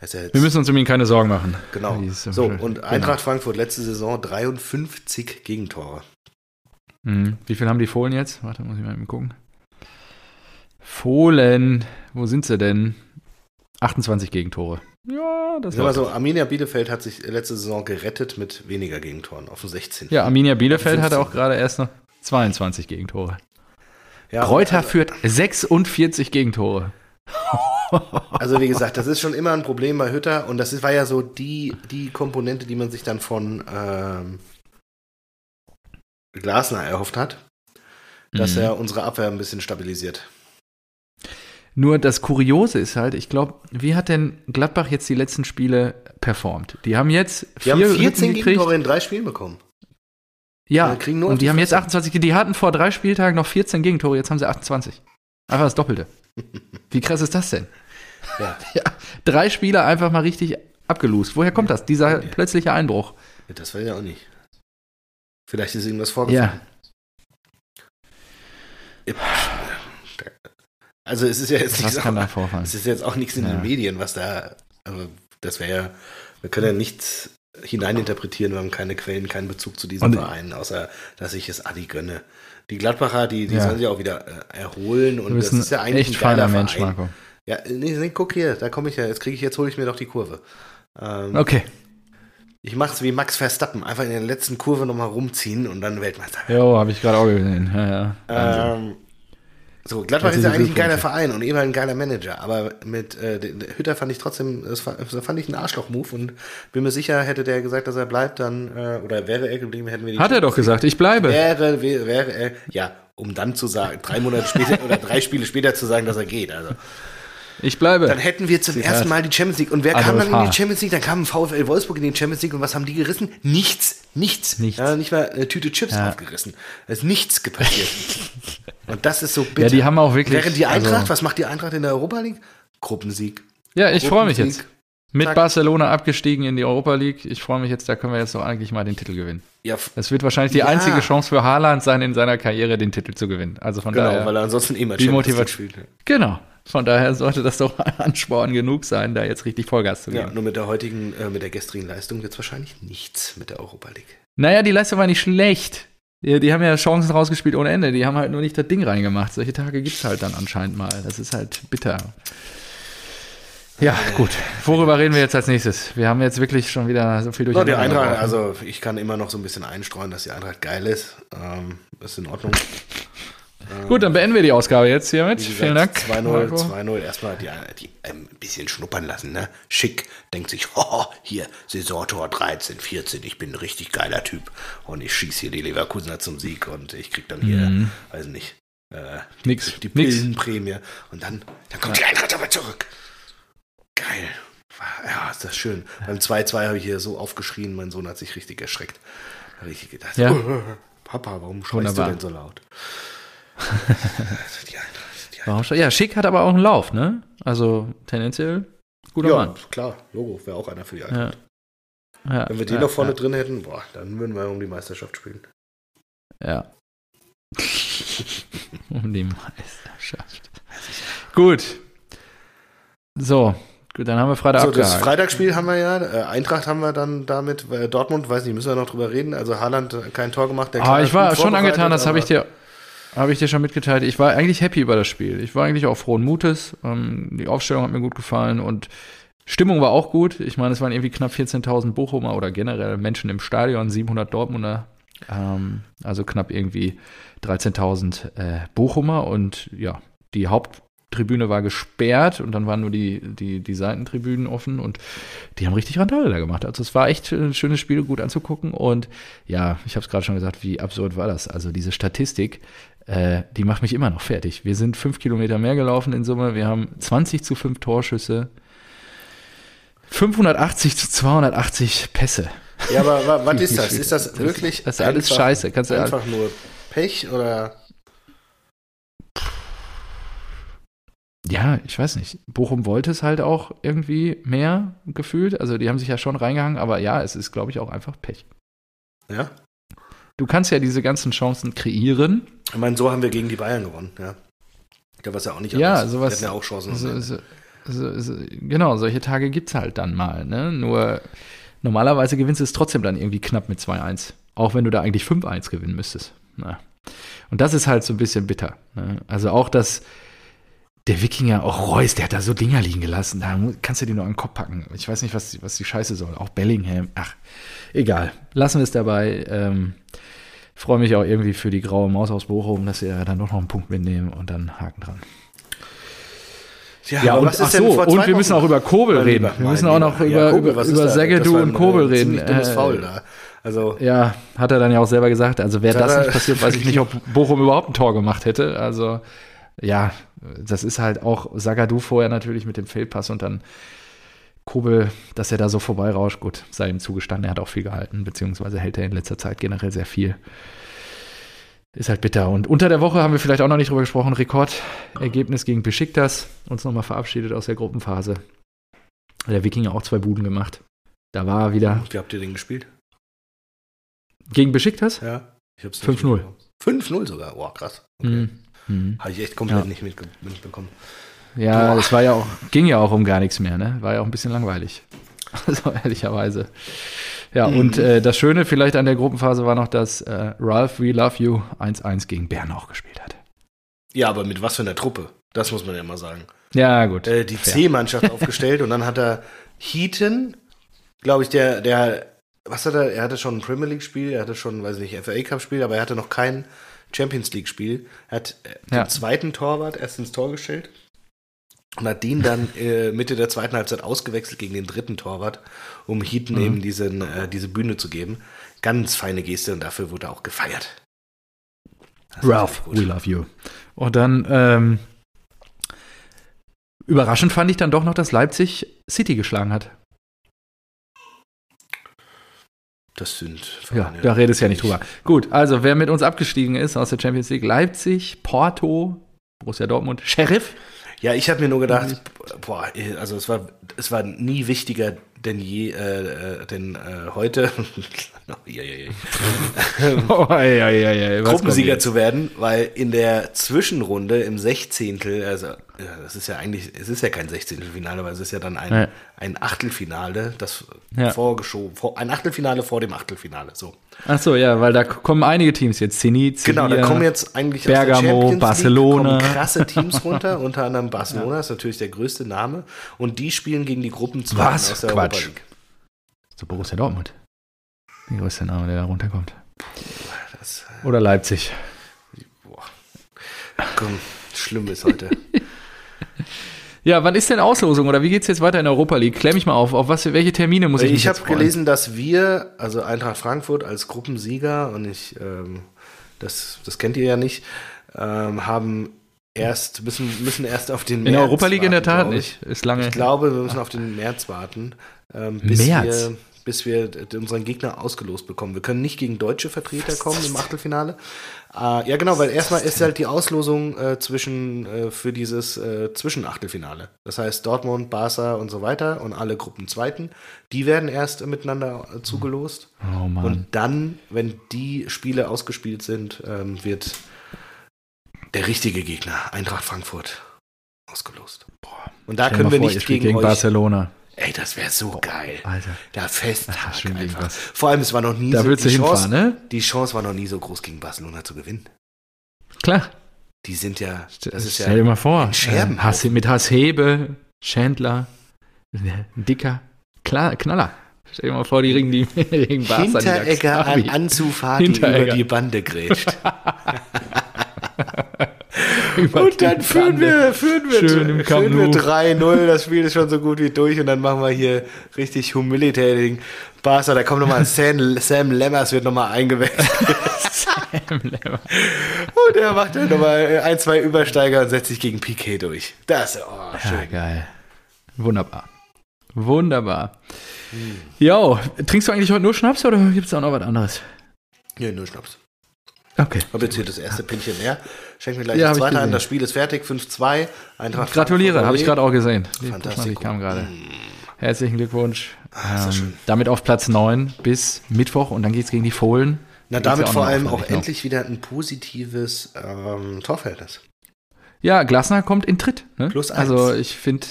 Speaker 2: Ist ja jetzt,
Speaker 1: Wir müssen uns um ihn keine Sorgen machen.
Speaker 2: genau.
Speaker 1: Die ist
Speaker 2: So,
Speaker 1: schön.
Speaker 2: und Eintracht Frankfurt letzte Saison 53 Gegentore.
Speaker 1: Genau. Mhm. Wie viel haben die Fohlen jetzt? Warte, muss ich mal eben gucken. Fohlen, wo sind sie denn? 28 Gegentore. Ja, das
Speaker 2: Ich sag mal
Speaker 1: war
Speaker 2: so, Arminia Bielefeld hat sich letzte Saison gerettet mit weniger Gegentoren, auf 16.
Speaker 1: Ja, Arminia Bielefeld hatte
Speaker 2: 15.
Speaker 1: auch gerade erst noch 22 Gegentore.
Speaker 2: Ja,
Speaker 1: Reuter
Speaker 2: also-
Speaker 1: führt 46 Gegentore.
Speaker 2: Also wie gesagt, das ist schon immer ein Problem bei Hütter und das ist- war ja so die, die Komponente, die man sich dann von ähm, Glasner erhofft hat, dass
Speaker 1: Mhm.
Speaker 2: er unsere Abwehr ein bisschen stabilisiert.
Speaker 1: Nur das Kuriose ist halt, ich glaube, wie hat denn Gladbach jetzt die letzten Spiele performt? Die haben jetzt
Speaker 2: Die haben 14
Speaker 1: Hütten gekriegt.
Speaker 2: Gegentore in drei Spielen bekommen.
Speaker 1: Ja,
Speaker 2: Wir kriegen nur auf
Speaker 1: und
Speaker 2: die
Speaker 1: die haben jetzt 28, die hatten vor drei Spieltagen noch 14 Gegentore, jetzt haben sie 28. Einfach das
Speaker 2: *laughs*
Speaker 1: Doppelte. Wie krass ist das denn?
Speaker 2: Ja.
Speaker 1: *laughs* Ja, drei Spieler einfach mal richtig abgelost. Woher kommt das, dieser plötzliche Einbruch?
Speaker 2: Ja, Das weiß ich auch nicht. Vielleicht ist irgendwas vorgefallen. Also es ist ja jetzt
Speaker 1: Was
Speaker 2: nichts
Speaker 1: kann da vorfallen?
Speaker 2: Es ist jetzt auch nichts in
Speaker 1: Ja.
Speaker 2: den Medien, was da. Also das wäre ja. Wir können ja nichts hineininterpretieren. Wir haben keine Quellen, keinen Bezug zu diesem
Speaker 1: Und-
Speaker 2: Verein, außer dass ich es Adi gönne. Die Gladbacher, die, die
Speaker 1: Ja.
Speaker 2: sollen sich auch wieder äh, erholen. Und
Speaker 1: Du bist
Speaker 2: das ist ja
Speaker 1: ein
Speaker 2: eigentlich
Speaker 1: echt
Speaker 2: ein geiler
Speaker 1: feiner Mensch,
Speaker 2: Verein.
Speaker 1: Marco.
Speaker 2: Ja, nee, nee, guck hier, da komme ich ja. Jetzt kriege ich, jetzt hole ich mir doch die Kurve. Ähm,
Speaker 1: Okay.
Speaker 2: Ich mache es wie Max Verstappen, einfach in der letzten Kurve nochmal rumziehen und dann Weltmeister.
Speaker 1: Jo, habe ich gerade auch gesehen. Ja, ja. Wahnsinn.
Speaker 2: Ähm, so, Gladbach
Speaker 1: Jetzt
Speaker 2: ist ja
Speaker 1: sind die
Speaker 2: eigentlich ein
Speaker 1: Glückwünsche.
Speaker 2: geiler Verein und eben ein geiler Manager, aber mit äh, den- den Hütter fand ich trotzdem, das fa- das fand ich einen Arschloch-Move und bin mir sicher, hätte der gesagt, dass er bleibt, dann, äh, oder wäre er geblieben, hätten wir die
Speaker 1: Hat er doch gesagt, ich bleibe.
Speaker 2: Wäre, wäre, wäre er, ja, um dann zu sagen, drei Monate später *laughs* oder drei Spiele später zu sagen, dass er geht, also.
Speaker 1: Ich bleibe.
Speaker 2: Dann hätten wir zum ersten Mal die Champions League. Und wer kam
Speaker 1: Adolf
Speaker 2: dann in
Speaker 1: H.
Speaker 2: die Champions League? Dann kam VfL Wolfsburg in die Champions League. Und was haben die gerissen? Nichts. Nichts.
Speaker 1: Nichts.
Speaker 2: Ja, nicht mal eine Tüte Chips aufgerissen. Da ist nichts
Speaker 1: *laughs*
Speaker 2: passiert. und das ist so bitter.
Speaker 1: Ja, die haben auch wirklich-
Speaker 2: Während die Eintracht,
Speaker 1: also-
Speaker 2: was macht die Eintracht in der Europa League? Gruppensieg.
Speaker 1: ja, ich freue mich
Speaker 2: Gruppensieg.
Speaker 1: jetzt. Mit
Speaker 2: Zack.
Speaker 1: Barcelona abgestiegen in die Europa League. Ich freue mich jetzt, da können wir jetzt doch eigentlich mal den Titel gewinnen.
Speaker 2: Ja, f-
Speaker 1: Das wird wahrscheinlich die
Speaker 2: Ja.
Speaker 1: einzige Chance für Haaland sein, in seiner Karriere den Titel zu gewinnen. Also von
Speaker 2: genau,
Speaker 1: daher.
Speaker 2: weil er ansonsten immer
Speaker 1: die
Speaker 2: Champions League
Speaker 1: Motivation.
Speaker 2: spielt.
Speaker 1: Genau. Von daher sollte das doch *laughs* Ansporn genug sein, da jetzt richtig Vollgas zu
Speaker 2: Ja,
Speaker 1: geben.
Speaker 2: nur mit der heutigen, äh, mit der gestrigen Leistung wird es wahrscheinlich nichts mit der Europa League.
Speaker 1: Naja, die Leistung war nicht schlecht. Die, die haben ja Chancen rausgespielt ohne Ende. Die haben halt nur nicht das Ding reingemacht. Solche Tage gibt es halt dann anscheinend mal. Das ist halt bitter. Ja, gut. Worüber reden wir jetzt als nächstes? Wir haben jetzt wirklich schon wieder so viel
Speaker 2: So,
Speaker 1: durcheinander.
Speaker 2: die Eintracht,
Speaker 1: geworfen.
Speaker 2: also ich kann immer noch so ein bisschen einstreuen, dass die Eintracht geil ist. Ähm, ist in Ordnung.
Speaker 1: gut, dann beenden wir die Ausgabe jetzt hiermit.
Speaker 2: Wie
Speaker 1: Vielen Dank.
Speaker 2: gesagt, 2-0,
Speaker 1: Marco.
Speaker 2: 2-0. Erstmal die, die ähm, ein bisschen schnuppern lassen, ne? Schick. Denkt sich, *laughs* hoho, hier, Saisontor 13, 14. Ich bin ein richtig geiler Typ. Und ich schieße hier die Leverkusener zum Sieg und ich krieg dann hier, weiß nicht, äh,
Speaker 1: Mhm. Nix.
Speaker 2: die
Speaker 1: Nix.
Speaker 2: Pillenprämie. Und dann, dann kommt die Eintracht aber zurück. Geil. Ja, ist das schön. Beim 2-2 habe ich hier so aufgeschrien, mein Sohn hat sich richtig erschreckt. Da habe ich gedacht,
Speaker 1: Ja.
Speaker 2: *laughs* Papa, warum schreist
Speaker 1: Wunderbar.
Speaker 2: du denn
Speaker 1: *laughs*
Speaker 2: so laut? Also die Eintracht, die Eintracht.
Speaker 1: Warum schon? Ja, Schick hat aber auch einen Lauf, ne? Also tendenziell guter
Speaker 2: ja,
Speaker 1: Mann.
Speaker 2: klar, Logo wäre auch einer für die Eintracht.
Speaker 1: Ja. Ja,
Speaker 2: Wenn wir den
Speaker 1: ja,
Speaker 2: noch vorne drin hätten, boah, dann würden wir um die Meisterschaft spielen.
Speaker 1: Ja. *laughs* um die Meisterschaft. Gut. So, gut, dann haben wir Freitag
Speaker 2: So, das
Speaker 1: abgehakt.
Speaker 2: Freitagsspiel haben wir ja, äh, Eintracht haben wir dann damit, äh, Dortmund, weiß nicht, müssen wir noch drüber reden. Also Haaland äh, kein Tor gemacht. Der
Speaker 1: ah,
Speaker 2: Kleine
Speaker 1: ich war
Speaker 2: gut
Speaker 1: schon
Speaker 2: vorbereitet,
Speaker 1: angetan, das habe ich
Speaker 2: aber-
Speaker 1: dir habe ich dir schon mitgeteilt. Ich war eigentlich happy über das Spiel. Ich war eigentlich auch frohen Mutes. Ähm, die Aufstellung hat mir gut gefallen und Stimmung war auch gut. Ich meine, es waren irgendwie knapp 14.000 Bochumer oder generell Menschen im Stadion, 700 Dortmunder. Ähm, also knapp irgendwie 13.000 äh, Bochumer und ja, die Haupttribüne war gesperrt und dann waren nur die, die, die Seitentribünen offen und die haben richtig Randale da gemacht. Also es war echt ein schönes Spiel, gut anzugucken und ja, ich habe es gerade schon gesagt, wie absurd war das? Also diese Statistik, äh, die macht mich immer noch fertig. Wir sind fünf Kilometer mehr gelaufen in Summe, wir haben 20 zu 5 Torschüsse, 580 zu 280 Pässe.
Speaker 2: Ja, aber wa-
Speaker 1: *laughs*
Speaker 2: was ist das? Ist das wirklich
Speaker 1: Das ist alles
Speaker 2: einfach-
Speaker 1: scheiße. Kannst du ja-
Speaker 2: einfach nur Pech oder?
Speaker 1: Ja, ich weiß nicht. Bochum wollte es halt auch irgendwie mehr gefühlt. Also die haben sich ja schon reingehangen, aber ja, es ist, glaube ich, auch einfach Pech.
Speaker 2: Ja.
Speaker 1: Du kannst ja diese ganzen Chancen kreieren.
Speaker 2: Ich meine, so haben wir gegen die Bayern gewonnen. Ja. Da war es ja auch nicht
Speaker 1: Ja,
Speaker 2: anders.
Speaker 1: sowas-
Speaker 2: Wir hatten ja auch Chancen. am
Speaker 1: So,
Speaker 2: Ende.
Speaker 1: so, so, so, genau, solche Tage gibt es halt dann mal. Ne? Nur normalerweise gewinnst du es trotzdem dann irgendwie knapp mit 2-1. Auch wenn du da eigentlich 5-1 gewinnen müsstest. Na. Und das ist halt so ein bisschen bitter. Ne? Also auch das. Der Wikinger, auch Reus, der hat da so Dinger liegen gelassen. Da mu- kannst du dir nur an den Kopf packen. Ich weiß nicht, was, die- was die Scheiße soll. Auch Bellingham. Ach, egal. Lassen wir es dabei. Ähm, Freue mich auch irgendwie für die graue Maus aus Bochum, dass sie ja dann doch noch einen Punkt mitnehmen und dann Haken dran. Ja,
Speaker 2: aber
Speaker 1: und,
Speaker 2: was ist
Speaker 1: ach
Speaker 2: denn
Speaker 1: so,
Speaker 2: vor
Speaker 1: und
Speaker 2: zwei
Speaker 1: wir müssen
Speaker 2: Wochen?
Speaker 1: auch über Kobel
Speaker 2: Mein
Speaker 1: reden.
Speaker 2: Äh, Lieber,
Speaker 1: wir
Speaker 2: mein
Speaker 1: müssen auch
Speaker 2: Lieber.
Speaker 1: noch
Speaker 2: Ja,
Speaker 1: über,
Speaker 2: Kobel,
Speaker 1: über,
Speaker 2: was ist
Speaker 1: über
Speaker 2: da? Das
Speaker 1: Segedu
Speaker 2: war
Speaker 1: und
Speaker 2: ein,
Speaker 1: Kobel
Speaker 2: äh,
Speaker 1: reden.
Speaker 2: Ziemlich dummes
Speaker 1: Äh,
Speaker 2: Foul da. Also,
Speaker 1: Ja, hat er dann ja auch selber gesagt. Also wäre
Speaker 2: Das
Speaker 1: das
Speaker 2: hat
Speaker 1: nicht
Speaker 2: er-
Speaker 1: passiert, weiß ich nicht, ob
Speaker 2: *laughs*
Speaker 1: Bochum überhaupt ein Tor gemacht hätte. Also ja, das ist halt auch Sagadu vorher natürlich mit dem Fehlpass und dann Kobel, dass er da so vorbeirauscht. Gut, sei ihm zugestanden, er hat auch viel gehalten, beziehungsweise hält er in letzter Zeit generell sehr viel. Ist halt bitter. Und unter der Woche haben wir vielleicht auch noch nicht drüber gesprochen. Rekordergebnis gegen Besiktas. Uns nochmal verabschiedet aus der Gruppenphase. Der Wikinger auch zwei Buden gemacht. Da war er wieder.
Speaker 2: wie habt ihr den gespielt?
Speaker 1: Gegen Besiktas?
Speaker 2: Ja. Ich hab's nicht
Speaker 1: 5-0.
Speaker 2: mitbekommen. 5-0 sogar. Boah, krass. Okay.
Speaker 1: Mhm. Mhm.
Speaker 2: Habe ich echt komplett
Speaker 1: Ja.
Speaker 2: nicht mitge- mitbekommen.
Speaker 1: Ja,
Speaker 2: Boah.
Speaker 1: es war ja *laughs* auch, ging ja auch um gar nichts mehr, ne? War ja auch ein bisschen langweilig. Also ehrlicherweise. Ja, und äh, das Schöne vielleicht an der Gruppenphase war noch, dass äh, Ralph We Love You 1-1 gegen Bern auch gespielt hat.
Speaker 2: Ja, aber mit was für einer Truppe? Das muss man ja mal sagen.
Speaker 1: Ja, gut.
Speaker 2: Äh, die
Speaker 1: Fair. *laughs*
Speaker 2: C-Mannschaft aufgestellt und dann hat er Heaton, glaube ich, der, der, was hat er? Er hatte schon ein Premier League-Spiel, er hatte schon, weiß nicht, FA Cup-Spiel, aber er hatte noch kein Champions League-Spiel. Er hat äh, den
Speaker 1: Ja.
Speaker 2: zweiten Torwart erst ins Tor gestellt und hat
Speaker 1: *laughs*
Speaker 2: den dann äh, Mitte der zweiten Halbzeit ausgewechselt gegen den dritten Torwart, um Heaton
Speaker 1: Mhm.
Speaker 2: eben diesen, äh, diese Bühne zu geben. Ganz feine Geste und dafür wurde er auch gefeiert. Das war
Speaker 1: Ralph,
Speaker 2: gut.
Speaker 1: we love you. Und dann, ähm, überraschend fand ich dann doch noch, dass Leipzig City geschlagen hat.
Speaker 2: Das sind
Speaker 1: Ja, da redest du ja nicht
Speaker 2: natürlich.
Speaker 1: drüber. Gut, also wer mit uns abgestiegen ist aus der Champions League, Leipzig, Porto, Borussia Dortmund, Sheriff. Mhm.
Speaker 2: Ja, ich habe mir nur gedacht, boah, also es war, es war nie wichtiger denn je, äh, äh, denn äh, heute *laughs* Uiuiui. Ähm,
Speaker 1: *laughs* Oh, ei, ei, ei, ei, was
Speaker 2: Gruppensieger
Speaker 1: kommt
Speaker 2: zu werden, weil in der Zwischenrunde im Sechzehntel, also ja, das ist ja eigentlich, es ist ja kein Sechzehntelfinale, aber es ist ja dann ein,
Speaker 1: Ja.
Speaker 2: ein Achtelfinale, das
Speaker 1: Ja.
Speaker 2: vorgeschoben, vor, ein Achtelfinale vor dem Achtelfinale, so.
Speaker 1: jetzt? Ach so, ja, weil da k- kommen einige Teams jetzt. Zenit,
Speaker 2: Genau, da
Speaker 1: Sevilla.
Speaker 2: kommen jetzt eigentlich
Speaker 1: äh, Bergamo, Barcelona.
Speaker 2: kommen krasse Teams
Speaker 1: *laughs*
Speaker 2: runter, unter anderem Barcelona ist natürlich der größte Name und die spielen gegen die Gruppenzweiten
Speaker 1: Was?
Speaker 2: aus der
Speaker 1: Quatsch.
Speaker 2: Europa League.
Speaker 1: So Borussia Dortmund. Der größte Name, der da runterkommt.
Speaker 2: Das, äh,
Speaker 1: Oder Leipzig.
Speaker 2: boah. Komm, schlimm ist heute.
Speaker 1: Ja, wann ist denn Auslosung oder wie geht's jetzt weiter in der Europa League? Klär mich mal auf, auf was, welche Termine muss ich
Speaker 2: Äh, ich
Speaker 1: mich
Speaker 2: habe
Speaker 1: jetzt freuen?
Speaker 2: gelesen, dass wir, also Eintracht Frankfurt als Gruppensieger und ich, ähm, das, das kennt ihr ja nicht, ähm, haben erst müssen müssen erst auf den
Speaker 1: In der
Speaker 2: März
Speaker 1: Europa League in der
Speaker 2: warten,
Speaker 1: Tat
Speaker 2: glaub ich.
Speaker 1: nicht. Ist lange.
Speaker 2: Ich glaube, wir müssen auf den März warten, ähm, bis,
Speaker 1: März?
Speaker 2: Wir, bis wir d- unseren Gegner ausgelost bekommen. Wir können nicht gegen deutsche Vertreter kommen im Achtelfinale. Äh, ja, genau, weil erstmal ist halt die Auslosung äh, zwischen äh, für dieses äh, Zwischenachtelfinale. Das heißt Dortmund, Barca und so weiter und alle Gruppen zweiten, die werden erst miteinander äh, zugelost.
Speaker 1: oh Mann.
Speaker 2: Und dann, wenn die Spiele ausgespielt sind, ähm, wird der richtige Gegner, Eintracht Frankfurt, ausgelost. Und da
Speaker 1: Stell
Speaker 2: können
Speaker 1: mal
Speaker 2: wir
Speaker 1: vor, ihr
Speaker 2: nicht
Speaker 1: spielt
Speaker 2: gegen, euch.
Speaker 1: Barcelona.
Speaker 2: Ey, das wäre so geil.
Speaker 1: Alter.
Speaker 2: Da
Speaker 1: *laughs* Ach,
Speaker 2: festhaken
Speaker 1: schön gegen
Speaker 2: einfach.
Speaker 1: was.
Speaker 2: Vor allem, es war noch nie
Speaker 1: Da
Speaker 2: so
Speaker 1: willst du
Speaker 2: die Chance,
Speaker 1: hinfahren, ne?
Speaker 2: Die Chance war noch nie so groß, gegen Barcelona zu gewinnen.
Speaker 1: Klar.
Speaker 2: Die sind ja, das ist
Speaker 1: Stell dir
Speaker 2: ja,
Speaker 1: mal vor.
Speaker 2: Scherben-
Speaker 1: äh, Hass, mit Hasshebe, Chandler, ein dicker Klar, Knaller. Stell dir mal vor, die ringen die *laughs* gegen Barca. die
Speaker 2: Hinteregger
Speaker 1: *laughs*
Speaker 2: an
Speaker 1: Laxavi.
Speaker 2: Anzufahrt, die über
Speaker 1: Hinteregger.
Speaker 2: die
Speaker 1: *laughs*
Speaker 2: Bande grätscht.
Speaker 1: Über
Speaker 2: Und
Speaker 1: die
Speaker 2: dann führen
Speaker 1: Bande.
Speaker 2: wir, führen wir,
Speaker 1: Schön im Camp
Speaker 2: führen wir
Speaker 1: Nou.
Speaker 2: 3-0. Das Spiel ist schon so gut wie durch. Und dann machen wir hier richtig humilitating. Barca, da kommt nochmal Sam, Sam Lemmers, wird
Speaker 1: *laughs*
Speaker 2: nochmal eingewechselt.
Speaker 1: Sam Lemmers.
Speaker 2: Und er macht dann nochmal ein, zwei Übersteiger und setzt sich gegen Piquet durch. Das, oh,
Speaker 1: Ja,
Speaker 2: schön.
Speaker 1: geil. Wunderbar. Wunderbar. Jo, trinkst du eigentlich heute nur Schnaps oder gibt es auch noch was anderes?
Speaker 2: Hier, nur Schnaps.
Speaker 1: Okay.
Speaker 2: Hab jetzt hier das erste Pinchen mehr. Schenk mir gleich
Speaker 1: Ja,
Speaker 2: das
Speaker 1: hab ich
Speaker 2: zweite an.
Speaker 1: gesehen.
Speaker 2: Das Spiel ist fertig. 5-2. Eintracht.
Speaker 1: Gratuliere, habe ich gerade auch gesehen. Die
Speaker 2: Fantastisch. Ah,
Speaker 1: Push-Nachricht kam gerade. Herzlichen Glückwunsch.
Speaker 2: ist das
Speaker 1: Ähm, damit auf Platz 9 bis Mittwoch und dann geht es gegen die Fohlen.
Speaker 2: Na,
Speaker 1: Geht's ja
Speaker 2: damit
Speaker 1: auch
Speaker 2: vor
Speaker 1: noch
Speaker 2: allem
Speaker 1: auf,
Speaker 2: auch
Speaker 1: genau.
Speaker 2: endlich wieder ein positives ähm, Torverhältnis.
Speaker 1: Ja, Glasner kommt in Tritt. Ne?
Speaker 2: Plus eins.
Speaker 1: Also ich finde,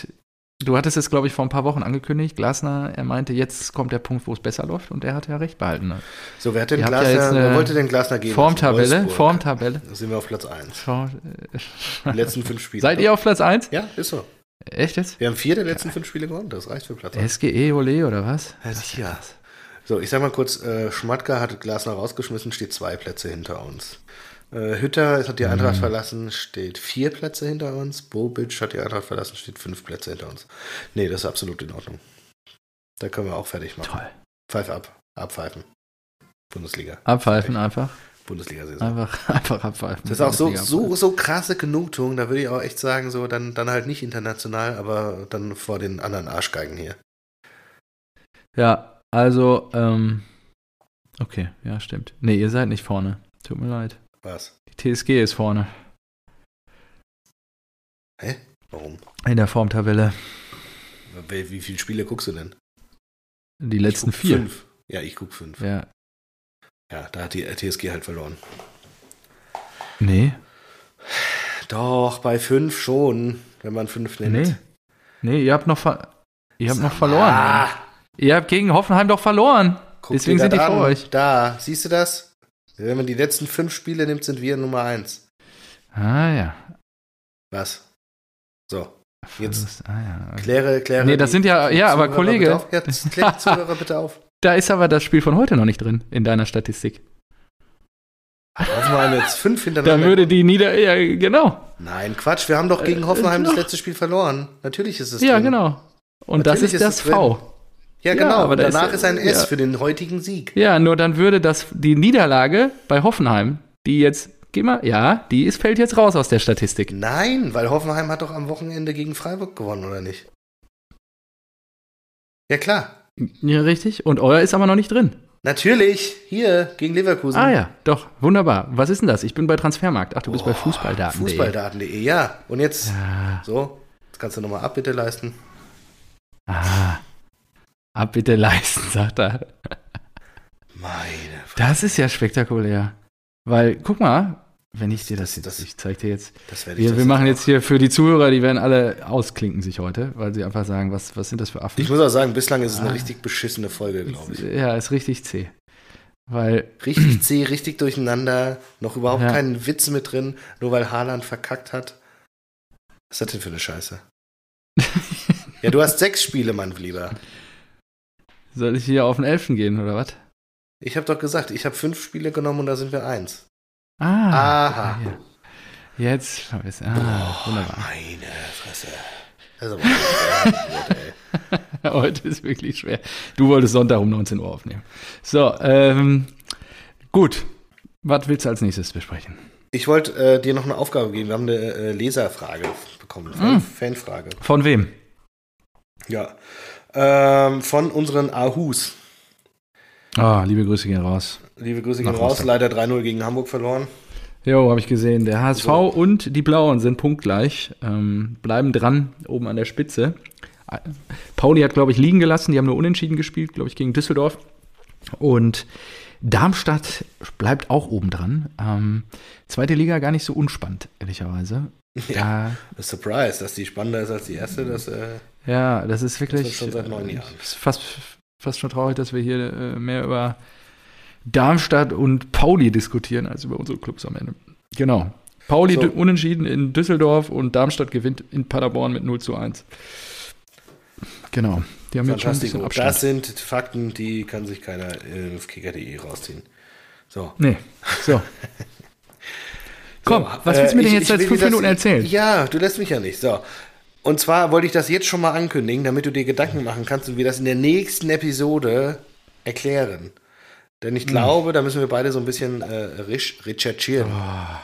Speaker 1: du hattest es, glaube ich, vor ein paar Wochen angekündigt. Glasner, er meinte, jetzt kommt der Punkt, wo es besser läuft und er hat ja recht behalten. Ne?
Speaker 2: So, wer hat den
Speaker 1: Ihr habt ja
Speaker 2: Glasner,
Speaker 1: jetzt eine
Speaker 2: wer wollte den Glasner geben?
Speaker 1: Formtabelle,
Speaker 2: Wolfsburg.
Speaker 1: Formtabelle.
Speaker 2: Da sind wir auf
Speaker 1: *laughs*
Speaker 2: Platz 1. *laughs*
Speaker 1: Schau- äh,
Speaker 2: Die letzten fünf Spiele.
Speaker 1: Seid ihr auf Platz 1?
Speaker 2: Ja, ist so.
Speaker 1: Echt jetzt?
Speaker 2: Wir haben vier der letzten fünf Spiele gewonnen. Das reicht für Platz 1.
Speaker 1: SGE, Ole oder was?
Speaker 2: Ja. So, ich sag mal kurz, äh, Schmatka hat Glasner rausgeschmissen, steht zwei Plätze hinter uns. Äh, Hütter hat die Eintracht
Speaker 1: Mhm.
Speaker 2: verlassen, steht vier Plätze hinter uns. Bobic hat die Eintracht verlassen, steht fünf Plätze hinter uns. Nee, das ist absolut in Ordnung. Da können wir auch fertig machen.
Speaker 1: Toll.
Speaker 2: Pfeif ab. Abpfeifen. Bundesliga.
Speaker 1: Abpfeifen einfach.
Speaker 2: Bundesliga-Saison.
Speaker 1: Einfach, *laughs* einfach abpfeifen.
Speaker 2: Das ist auch so,
Speaker 1: Bundesliga
Speaker 2: so, so krasse Genugtuung, da würde ich auch echt sagen, so dann, dann halt nicht international, aber dann vor den anderen Arschgeigen hier.
Speaker 1: Ja, also, ähm, okay, ja, stimmt. Nee, ihr seid nicht vorne. Tut mir leid.
Speaker 2: Was?
Speaker 1: Die TSG ist vorne
Speaker 2: Warum?
Speaker 1: in der Formtabelle.
Speaker 2: Wie, wie viele Spiele guckst du denn?
Speaker 1: Die
Speaker 2: Ich
Speaker 1: letzten
Speaker 2: guck
Speaker 1: vier.
Speaker 2: Fünf. Ja, ich guck fünf. Ja.
Speaker 1: Ja,
Speaker 2: da hat die TSG halt verloren.
Speaker 1: nee,
Speaker 2: Doch, bei fünf schon, wenn man fünf nennt.
Speaker 1: nee. Nee, ihr habt noch, ver ihr habt noch verloren.
Speaker 2: Ah,
Speaker 1: Ihr habt gegen Hoffenheim doch verloren.
Speaker 2: Guck
Speaker 1: Deswegen
Speaker 2: dir
Speaker 1: sind
Speaker 2: das
Speaker 1: die vor euch.
Speaker 2: Da, siehst du das? Wenn man die letzten fünf Spiele nimmt, sind wir Nummer eins.
Speaker 1: Ah ja.
Speaker 2: Was? So, jetzt
Speaker 1: Verlust, Ah, ja. okay.
Speaker 2: kläre, kläre.
Speaker 1: Nee, das
Speaker 2: die
Speaker 1: sind ja, ja, aber
Speaker 2: Zuhörer
Speaker 1: Kollege,
Speaker 2: bitte auf. Jetzt
Speaker 1: *laughs*
Speaker 2: klär die Zuhörer bitte auf.
Speaker 1: da ist aber das Spiel von heute noch nicht drin in deiner Statistik.
Speaker 2: Hoffenheim jetzt fünf
Speaker 1: Da
Speaker 2: hintereinander.
Speaker 1: würde die Nieder. Ja, genau.
Speaker 2: Nein, Quatsch, wir haben doch gegen
Speaker 1: Äh,
Speaker 2: Hoffenheim
Speaker 1: äh,
Speaker 2: das
Speaker 1: doch.
Speaker 2: letzte Spiel verloren. Natürlich ist es
Speaker 1: Ja,
Speaker 2: drin.
Speaker 1: genau. Und das
Speaker 2: Natürlich
Speaker 1: ist
Speaker 2: ist
Speaker 1: das
Speaker 2: es drin.
Speaker 1: V.
Speaker 2: Ja,
Speaker 1: Ja,
Speaker 2: genau.
Speaker 1: aber da ist
Speaker 2: Danach
Speaker 1: ja-
Speaker 2: ist, ein S
Speaker 1: ja.
Speaker 2: für den heutigen Sieg.
Speaker 1: Ja, nur dann würde das die Niederlage bei Hoffenheim, die jetzt, geh mal, ja, die ist, fällt jetzt raus aus der Statistik.
Speaker 2: Nein, weil Hoffenheim hat doch am Wochenende gegen Freiburg gewonnen, oder nicht? Ja, klar.
Speaker 1: Ja, richtig. Und euer ist aber noch nicht drin.
Speaker 2: Natürlich, hier gegen Leverkusen.
Speaker 1: Ah ja, doch, wunderbar. Was ist denn das? Ich bin bei Transfermarkt. Ach, du bist bei Ah. Fußballdaten.
Speaker 2: Fußballdaten.de, ja. Und jetzt, so, jetzt kannst du nochmal Abbitte leisten.
Speaker 1: Ah, Abbitte leisten, sagt er.
Speaker 2: Meine Fresse,
Speaker 1: Das ist ja spektakulär. Weil, guck mal, wenn ich dir das jetzt,
Speaker 2: das-
Speaker 1: ich zeig dir jetzt,
Speaker 2: das werde ich
Speaker 1: wir,
Speaker 2: das
Speaker 1: wir
Speaker 2: jetzt
Speaker 1: machen
Speaker 2: auch-
Speaker 1: jetzt hier für die Zuhörer, die werden alle ausklinken sich heute, weil sie einfach sagen, was, was sind das für Affen?
Speaker 2: Ich muss auch sagen, bislang ist es eine richtig beschissene Folge, glaube ich.
Speaker 1: ja, ist richtig zäh. Weil, *clears throat*
Speaker 2: Richtig zäh, richtig durcheinander, noch überhaupt
Speaker 1: Ja.
Speaker 2: keinen Witz mit drin, nur weil Haaland verkackt hat. Was ist das denn für
Speaker 1: *laughs*
Speaker 2: eine Scheiße? ja, du hast sechs Spiele, mein Lieber.
Speaker 1: soll ich hier auf den Elfen gehen oder was?
Speaker 2: Ich habe doch gesagt, ich habe fünf Spiele genommen und da sind wir eins.
Speaker 1: Ah,
Speaker 2: Aha. Oh,
Speaker 1: guck mal hier. jetzt, ah, wunderbar. *laughs*
Speaker 2: Meine Fresse. Das ist aber auch ey.
Speaker 1: Heute ist wirklich schwer. Du wolltest Sonntag um 19 Uhr aufnehmen. So, ähm, gut. Was willst du als nächstes besprechen?
Speaker 2: Ich wollte äh, dir noch eine Aufgabe geben. Wir haben eine äh, Leserfrage bekommen, Fan
Speaker 1: Mm.
Speaker 2: Fanfrage.
Speaker 1: Von wem?
Speaker 2: Ja. Ähm, von unseren Ahus.
Speaker 1: Ah, liebe Grüße gehen raus.
Speaker 2: Liebe Grüße
Speaker 1: Nach
Speaker 2: gehen raus.
Speaker 1: Rostock.
Speaker 2: Leider 3-0 gegen Hamburg verloren.
Speaker 1: Jo, habe ich gesehen. Der HSV
Speaker 2: So.
Speaker 1: und die Blauen sind punktgleich. Ähm, bleiben dran, oben an der Spitze. Äh, Pauli hat, glaube ich, liegen gelassen. Die haben nur unentschieden gespielt, glaube ich, gegen Düsseldorf. Und Darmstadt bleibt auch oben dran. Ähm, zweite Liga gar nicht so unspannend, ehrlicherweise. Ja.
Speaker 2: Surprise, dass die spannender ist als die erste.
Speaker 1: Mhm.
Speaker 2: Das, äh,
Speaker 1: Da, ja, das ist wirklich.
Speaker 2: Das schon seit neun Jahren.
Speaker 1: äh, ist Fast, fast schon traurig, dass wir hier äh, mehr über Darmstadt und Pauli diskutieren, als über unsere Clubs am Ende. Genau. Pauli
Speaker 2: So.
Speaker 1: d- unentschieden in Düsseldorf und Darmstadt gewinnt in Paderborn mit 0 zu 1. Genau. Die haben jetzt schon ein bisschen
Speaker 2: Fantastico. Das *laughs*
Speaker 1: Abstand.
Speaker 2: sind Fakten, die kann sich keiner äh, auf kicker.de rausziehen. So.
Speaker 1: Nee. So. Komm,
Speaker 2: So,
Speaker 1: was willst du mir
Speaker 2: äh,
Speaker 1: denn
Speaker 2: ich-
Speaker 1: jetzt
Speaker 2: ich
Speaker 1: seit
Speaker 2: will
Speaker 1: fünf
Speaker 2: dir das-
Speaker 1: Minuten erzählen?
Speaker 2: Ja, du lässt mich ja nicht. So. Und zwar wollte ich das jetzt schon mal ankündigen, damit du dir Gedanken machen kannst und wir das in der nächsten Episode erklären. Denn
Speaker 1: Hm.
Speaker 2: ich glaube, da müssen wir beide so ein bisschen äh, resch- recherchieren.
Speaker 1: Ah.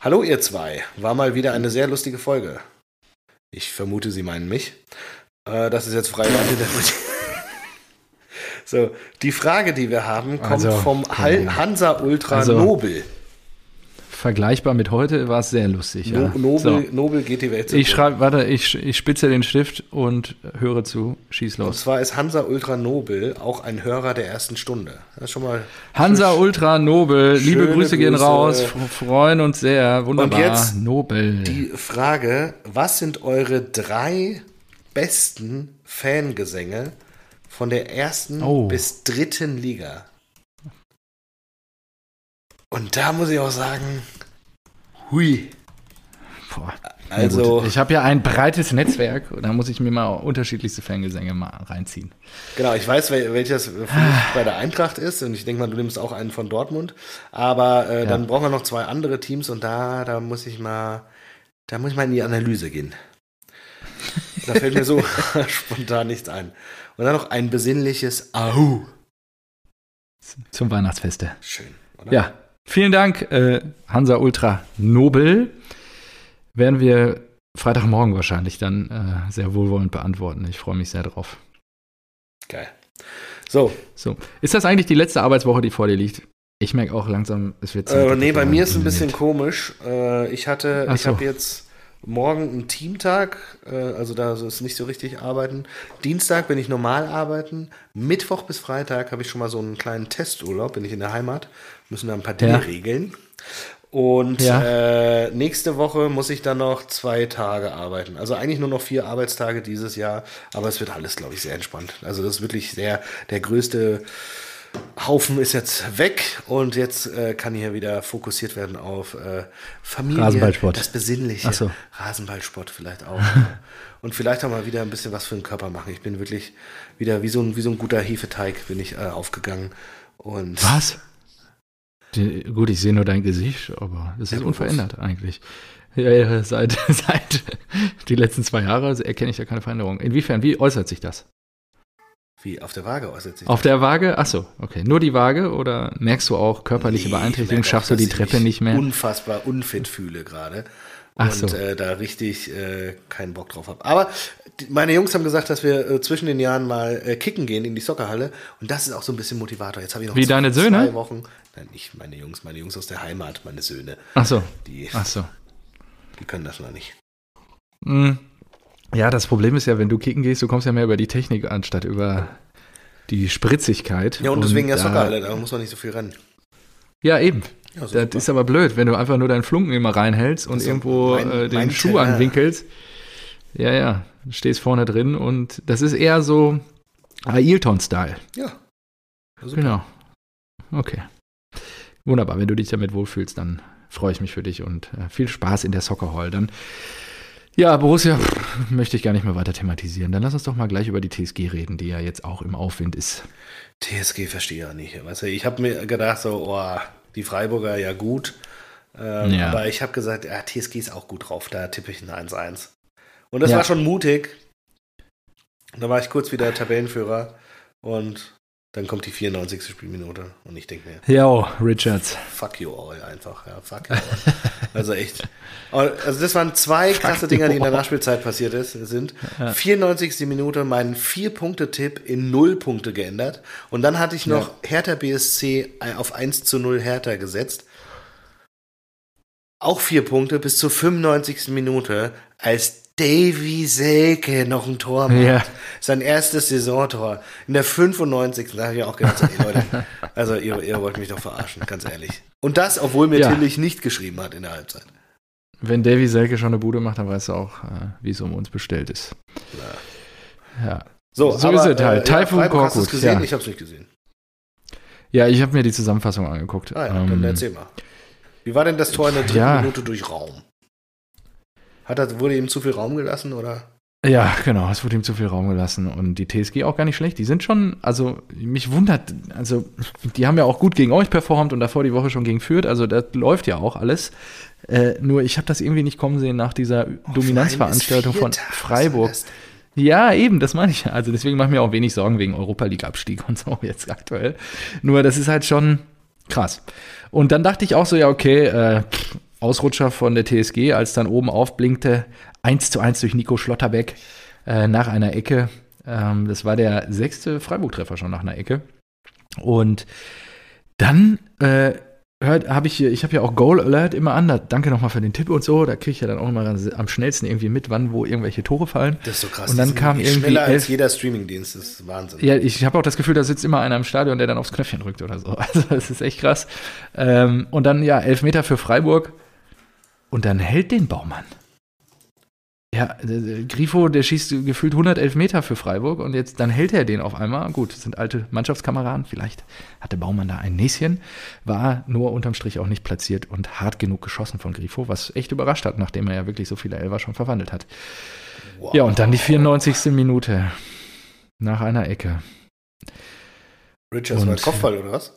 Speaker 2: Hallo ihr zwei, war mal wieder eine sehr lustige Folge. Ich vermute, sie meinen mich. Äh, das ist jetzt frei interpretiert. *laughs* so, die Frage, die wir haben, kommt
Speaker 1: Also,
Speaker 2: vom Hal Hansa Ultra
Speaker 1: Also,
Speaker 2: Nobel.
Speaker 1: Vergleichbar mit heute war es sehr lustig.
Speaker 2: No
Speaker 1: ja.
Speaker 2: Nobel,
Speaker 1: So.
Speaker 2: Nobel geht die Welt zu.
Speaker 1: Ich schreibe, warte, ich, ich spitze den Stift und höre zu, schieß
Speaker 2: Und
Speaker 1: los.
Speaker 2: zwar ist Hansa Ultra Nobel auch ein Hörer der ersten Stunde. Das ist schon mal.
Speaker 1: Hansa Ultra Nobel, liebe
Speaker 2: Schöne
Speaker 1: Grüße gehen
Speaker 2: Grüße.
Speaker 1: raus, f- freuen uns sehr, wunderbar.
Speaker 2: jetzt
Speaker 1: Nobel.
Speaker 2: Die Frage: Was sind eure drei besten Fangesänge von der ersten
Speaker 1: Oh.
Speaker 2: bis dritten Liga? Und da muss ich auch sagen: Hui.
Speaker 1: Boah, na
Speaker 2: Also-
Speaker 1: gut. ich habe ja ein breites Netzwerk und da muss ich mir mal unterschiedlichste Fangesänge mal reinziehen.
Speaker 2: Genau, ich weiß, wel- welches für mich bei der Eintracht ist und ich denke mal, du nimmst auch einen von Dortmund. Aber äh, dann brauchen wir noch zwei andere Teams und da, da muss ich mal, da muss ich mal in die Analyse gehen. Da fällt mir so *laughs* spontan nichts ein. Und dann noch ein besinnliches Ahu.
Speaker 1: Zum Weihnachtsfeste.
Speaker 2: Schön, oder?
Speaker 1: Ja, vielen Dank, äh, Hansa Ultra Nobel. Werden wir Freitagmorgen wahrscheinlich dann äh, sehr wohlwollend beantworten. Ich freue mich sehr drauf.
Speaker 2: Geil. So,
Speaker 1: So, ist das eigentlich die letzte Arbeitswoche, die vor dir liegt? Ich merke auch langsam, es wird Zeit.
Speaker 2: äh, nee, bei mir ist es ein bisschen
Speaker 1: Mit.
Speaker 2: komisch. Äh, ich hatte,
Speaker 1: Ach
Speaker 2: ich
Speaker 1: so.
Speaker 2: habe jetzt morgen einen Teamtag, äh, also da ist nicht so richtig arbeiten. Dienstag bin ich normal arbeiten. Mittwoch bis Freitag habe ich schon mal so einen kleinen Testurlaub, bin ich in der Heimat, müssen da ein paar Dinge
Speaker 1: Ja.
Speaker 2: regeln. Und
Speaker 1: Ja.
Speaker 2: äh, nächste Woche muss ich dann noch zwei Tage arbeiten. Also eigentlich nur noch vier Arbeitstage dieses Jahr, aber es wird alles, glaube ich, sehr entspannt. Also das ist wirklich sehr der größte Haufen ist jetzt weg und jetzt äh, kann hier wieder fokussiert werden auf äh, Familie,
Speaker 1: Rasenballsport.
Speaker 2: das Besinnliche,
Speaker 1: Ach so.
Speaker 2: Rasenballsport vielleicht auch. *laughs* und vielleicht auch mal wieder ein bisschen was für den Körper machen. Ich bin wirklich wieder wie so ein, wie so ein guter Hefeteig bin ich äh, aufgegangen. Und
Speaker 1: Was? Die, gut, ich sehe nur dein Gesicht, aber das
Speaker 2: Ja,
Speaker 1: ist
Speaker 2: bewusst.
Speaker 1: unverändert eigentlich. Ja, ja, seit, *laughs* seit die letzten zwei Jahre erkenne ich da keine Veränderung. Inwiefern, wie äußert sich das?
Speaker 2: wie auf der Waage äußert sich
Speaker 1: Auf der Waage? Achso, okay. Nur die Waage oder merkst du auch körperliche
Speaker 2: Nee, ich
Speaker 1: Beeinträchtigung?
Speaker 2: merke
Speaker 1: Schaffst du
Speaker 2: auch,
Speaker 1: die
Speaker 2: dass ich
Speaker 1: Treppe
Speaker 2: mich
Speaker 1: nicht mehr?
Speaker 2: Unfassbar unfit fühle gerade.
Speaker 1: Ach
Speaker 2: und
Speaker 1: so.
Speaker 2: äh, da richtig äh, keinen Bock drauf habe. Aber die, meine Jungs haben gesagt, dass wir äh, zwischen den Jahren mal äh, kicken gehen in die Soccerhalle und das ist auch so ein bisschen Motivator. Jetzt habe ich noch
Speaker 1: Wie
Speaker 2: zwei,
Speaker 1: deine
Speaker 2: zwei
Speaker 1: Söhne?
Speaker 2: Wochen. Nein, nicht meine Jungs, meine Jungs aus der Heimat, meine Söhne.
Speaker 1: Achso,
Speaker 2: Die,
Speaker 1: achso.
Speaker 2: die können das noch nicht.
Speaker 1: Hm. Ja, das Problem ist ja, wenn du kicken gehst, du kommst ja mehr über die Technik anstatt über die Spritzigkeit.
Speaker 2: Ja, und, deswegen ja
Speaker 1: da-
Speaker 2: Soccerhalle, da muss man nicht so viel rennen.
Speaker 1: Ja, eben.
Speaker 2: Ja,
Speaker 1: das
Speaker 2: super.
Speaker 1: ist aber blöd, wenn du einfach nur deinen Flunken immer reinhältst und
Speaker 2: Also
Speaker 1: irgendwo
Speaker 2: mein-
Speaker 1: äh, den
Speaker 2: mein
Speaker 1: Schuh
Speaker 2: Terrain.
Speaker 1: anwinkelst. Ja, ja, Du stehst vorne drin und das ist eher so Ailton-Style.
Speaker 2: Ja. Ja, super.
Speaker 1: Genau. Okay. Wunderbar, wenn du dich damit wohlfühlst, dann freue ich mich für dich und äh, viel Spaß in der Soccer Hall. Dann, ja, Borussia pff, möchte ich gar nicht mehr weiter thematisieren. Dann lass uns doch mal gleich über die TSG reden, die ja jetzt auch im Aufwind ist.
Speaker 2: TSG verstehe ich auch nicht. Weißt du, ich habe mir gedacht, so, oh, die Freiburger ja gut. Ähm,
Speaker 1: Ja.
Speaker 2: Aber ich habe gesagt, ja, TSG ist auch gut drauf, da tippe ich ein 1-1. Und das
Speaker 1: Ja.
Speaker 2: war schon mutig. Da war ich kurz wieder Tabellenführer und dann kommt die 94. Spielminute und ich denke mir,
Speaker 1: Jo, Richards.
Speaker 2: fuck you all einfach. Ja, fuck you all. also echt. Also das waren zwei krasse Dinger, die in der Nachspielzeit passiert ist, sind. 94. Minute meinen Vier-Punkte-Tipp in Null-Punkte geändert. Und dann hatte ich noch Hertha BSC auf 1 zu 0 Hertha gesetzt. Auch vier Punkte bis zur 95. Minute, als Davy Selke noch ein Tor macht.
Speaker 1: Ja.
Speaker 2: Sein erstes Saisontor. In der 95. Da habe ich auch gedacht, so,
Speaker 1: *laughs*
Speaker 2: ey, Leute, also ihr, ihr wollt mich doch verarschen, ganz ehrlich. Und das, obwohl mir
Speaker 1: Ja.
Speaker 2: Tillich nicht geschrieben hat in der Halbzeit.
Speaker 1: Wenn Davy Selke schon eine Bude macht, dann weißt du auch, äh, wie es um uns bestellt ist. Ja.
Speaker 2: So,
Speaker 1: So
Speaker 2: aber,
Speaker 1: ist es halt. Taifun
Speaker 2: Freiburg, hast du es
Speaker 1: Korkut,
Speaker 2: gesehen?
Speaker 1: ja.
Speaker 2: Ich habe es nicht gesehen.
Speaker 1: Ja, ich habe mir die Zusammenfassung angeguckt.
Speaker 2: Ah ja,
Speaker 1: Ähm,
Speaker 2: dann erzähl mal. Wie war denn das Tor in der dritten
Speaker 1: ja.
Speaker 2: Minute durch Raum? Hat er, wurde ihm zu viel Raum gelassen oder?
Speaker 1: Ja, genau, es wurde ihm zu viel Raum gelassen und die TSG auch gar nicht schlecht. Die sind schon, also mich wundert, also die haben ja auch gut gegen euch performt und davor die Woche schon gegen Fürth, also das läuft ja auch alles. Äh, nur ich habe das irgendwie nicht kommen sehen nach
Speaker 2: Oh,
Speaker 1: dieser Dominanzveranstaltung
Speaker 2: Vor
Speaker 1: von
Speaker 2: allem ist Vierter, was
Speaker 1: Freiburg.
Speaker 2: soll das?
Speaker 1: Ja, eben, das meine ich. ja. Also deswegen mache ich mir auch wenig Sorgen wegen Europa League Abstieg und so jetzt aktuell. Nur das ist halt schon krass. Und dann dachte ich auch so, ja, okay, äh, pff, Ausrutscher von der TSG, als dann oben aufblinkte, 1 zu 1 durch Nico Schlotterbeck äh, nach einer Ecke. Ähm, das war der sechste Freiburg-Treffer schon nach einer Ecke. Und dann äh, habe ich hier, ich habe ja auch Goal Alert immer an. Da, danke nochmal für den Tipp und so. Da kriege ich ja dann auch immer am schnellsten irgendwie mit, wann wo irgendwelche Tore fallen.
Speaker 2: Das ist so krass.
Speaker 1: Und dann
Speaker 2: Die sind
Speaker 1: kam
Speaker 2: wirklich
Speaker 1: irgendwie
Speaker 2: schneller als
Speaker 1: elf-
Speaker 2: jeder Streamingdienst. Das ist Wahnsinn.
Speaker 1: Ja, ich habe auch das Gefühl, da sitzt immer einer im Stadion, der dann aufs Knöpfchen drückt oder so. *laughs* Also das ist echt krass. Ähm, und dann ja, Elfmeter für Freiburg. Und dann hält den Baumann. Ja, äh, Grifo, der schießt gefühlt 100 Elfmeter für Freiburg und jetzt dann hält er den auf einmal. Gut, das sind alte Mannschaftskameraden. Vielleicht hatte Baumann da ein Näschen. War nur unterm Strich auch nicht platziert und hart genug geschossen von Grifo, was echt überrascht hat, nachdem er ja wirklich so viele Elfer schon verwandelt hat.
Speaker 2: Wow.
Speaker 1: Ja, und dann die 94. Minute. Nach einer Ecke.
Speaker 2: Richards war
Speaker 1: und-
Speaker 2: Kopfball oder was?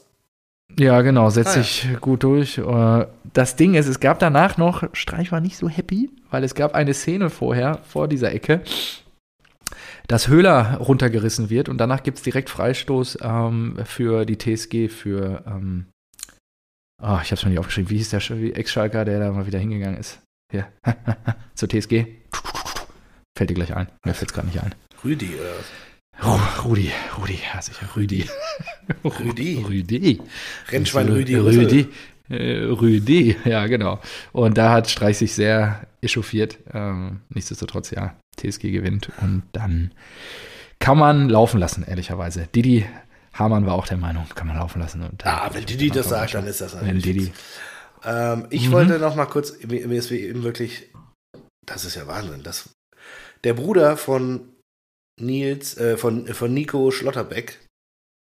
Speaker 1: Ja, genau, setzt
Speaker 2: Ah, ja.
Speaker 1: sich gut durch. Äh, Das Ding ist, es gab danach noch, Streich war nicht so happy, weil es gab eine Szene vorher, vor dieser Ecke, dass Höhler runtergerissen wird und danach gibt es direkt Freistoß ähm, für die TSG, für, ähm, ah, ich hab's mir nicht aufgeschrieben, wie hieß der Sch- wie Ex-Schalker, der da mal wieder hingegangen ist? Hier, *laughs* zur TSG. Fällt dir gleich ein, mir fällt's gerade nicht ein.
Speaker 2: Rüdi oder was?
Speaker 1: Ru Rudi, Rudi, ja sicher, Rüdi.
Speaker 2: Rüdi.
Speaker 1: *laughs* Rüdi.
Speaker 2: Rennschwein Rüdi.
Speaker 1: Rüdi. Äh, Rüdi, *laughs* ja, genau. Und da hat Streich sich sehr echauffiert. Ähm, nichtsdestotrotz, ja, TSG gewinnt. Und dann kann man laufen lassen, ehrlicherweise. Didi Hamann war auch der Meinung, kann man laufen lassen. Und dann-
Speaker 2: Ah, wenn Didi das sagt, dann ist das
Speaker 1: Wenn
Speaker 2: natürlich.
Speaker 1: Didi.
Speaker 2: Ähm, ich
Speaker 1: Mhm.
Speaker 2: wollte noch mal kurz, mir, mir ist eben wirklich, das ist ja Wahnsinn, das, der Bruder von Nils, äh, von, von Nico Schlotterbeck,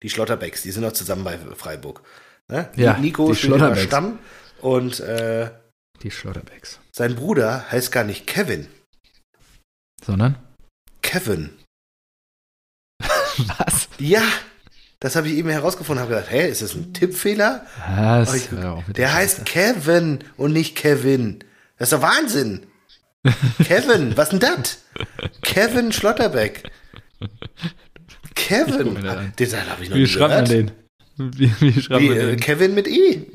Speaker 2: die Schlotterbecks, die sind noch zusammen bei Freiburg. Ne?
Speaker 1: Ja,
Speaker 2: Nico
Speaker 1: die
Speaker 2: spielt immer
Speaker 1: Schlotterbecks.
Speaker 2: Stamm und äh,
Speaker 1: Die Schlotterbecks.
Speaker 2: sein Bruder heißt gar nicht Kevin.
Speaker 1: Sondern?
Speaker 2: Kevin.
Speaker 1: Was?
Speaker 2: Ja, das habe ich eben herausgefunden. Habe gedacht, hä, ist das ein Tippfehler?
Speaker 1: Was?
Speaker 2: Aber Oh, ich-
Speaker 1: Hör auf mit
Speaker 2: Der
Speaker 1: dem
Speaker 2: heißt Kevin und nicht Kevin. Das ist doch Wahnsinn. Kevin, was denn das? Kevin Schlotterbeck.
Speaker 1: Ich guck mir
Speaker 2: Kevin.
Speaker 1: das an.
Speaker 2: Den Teil habe ich noch
Speaker 1: Wie
Speaker 2: nie
Speaker 1: schreibt man den?
Speaker 2: gehört.
Speaker 1: Wie, wie schreibt
Speaker 2: Wie,
Speaker 1: man
Speaker 2: äh,
Speaker 1: den?
Speaker 2: Kevin mit I.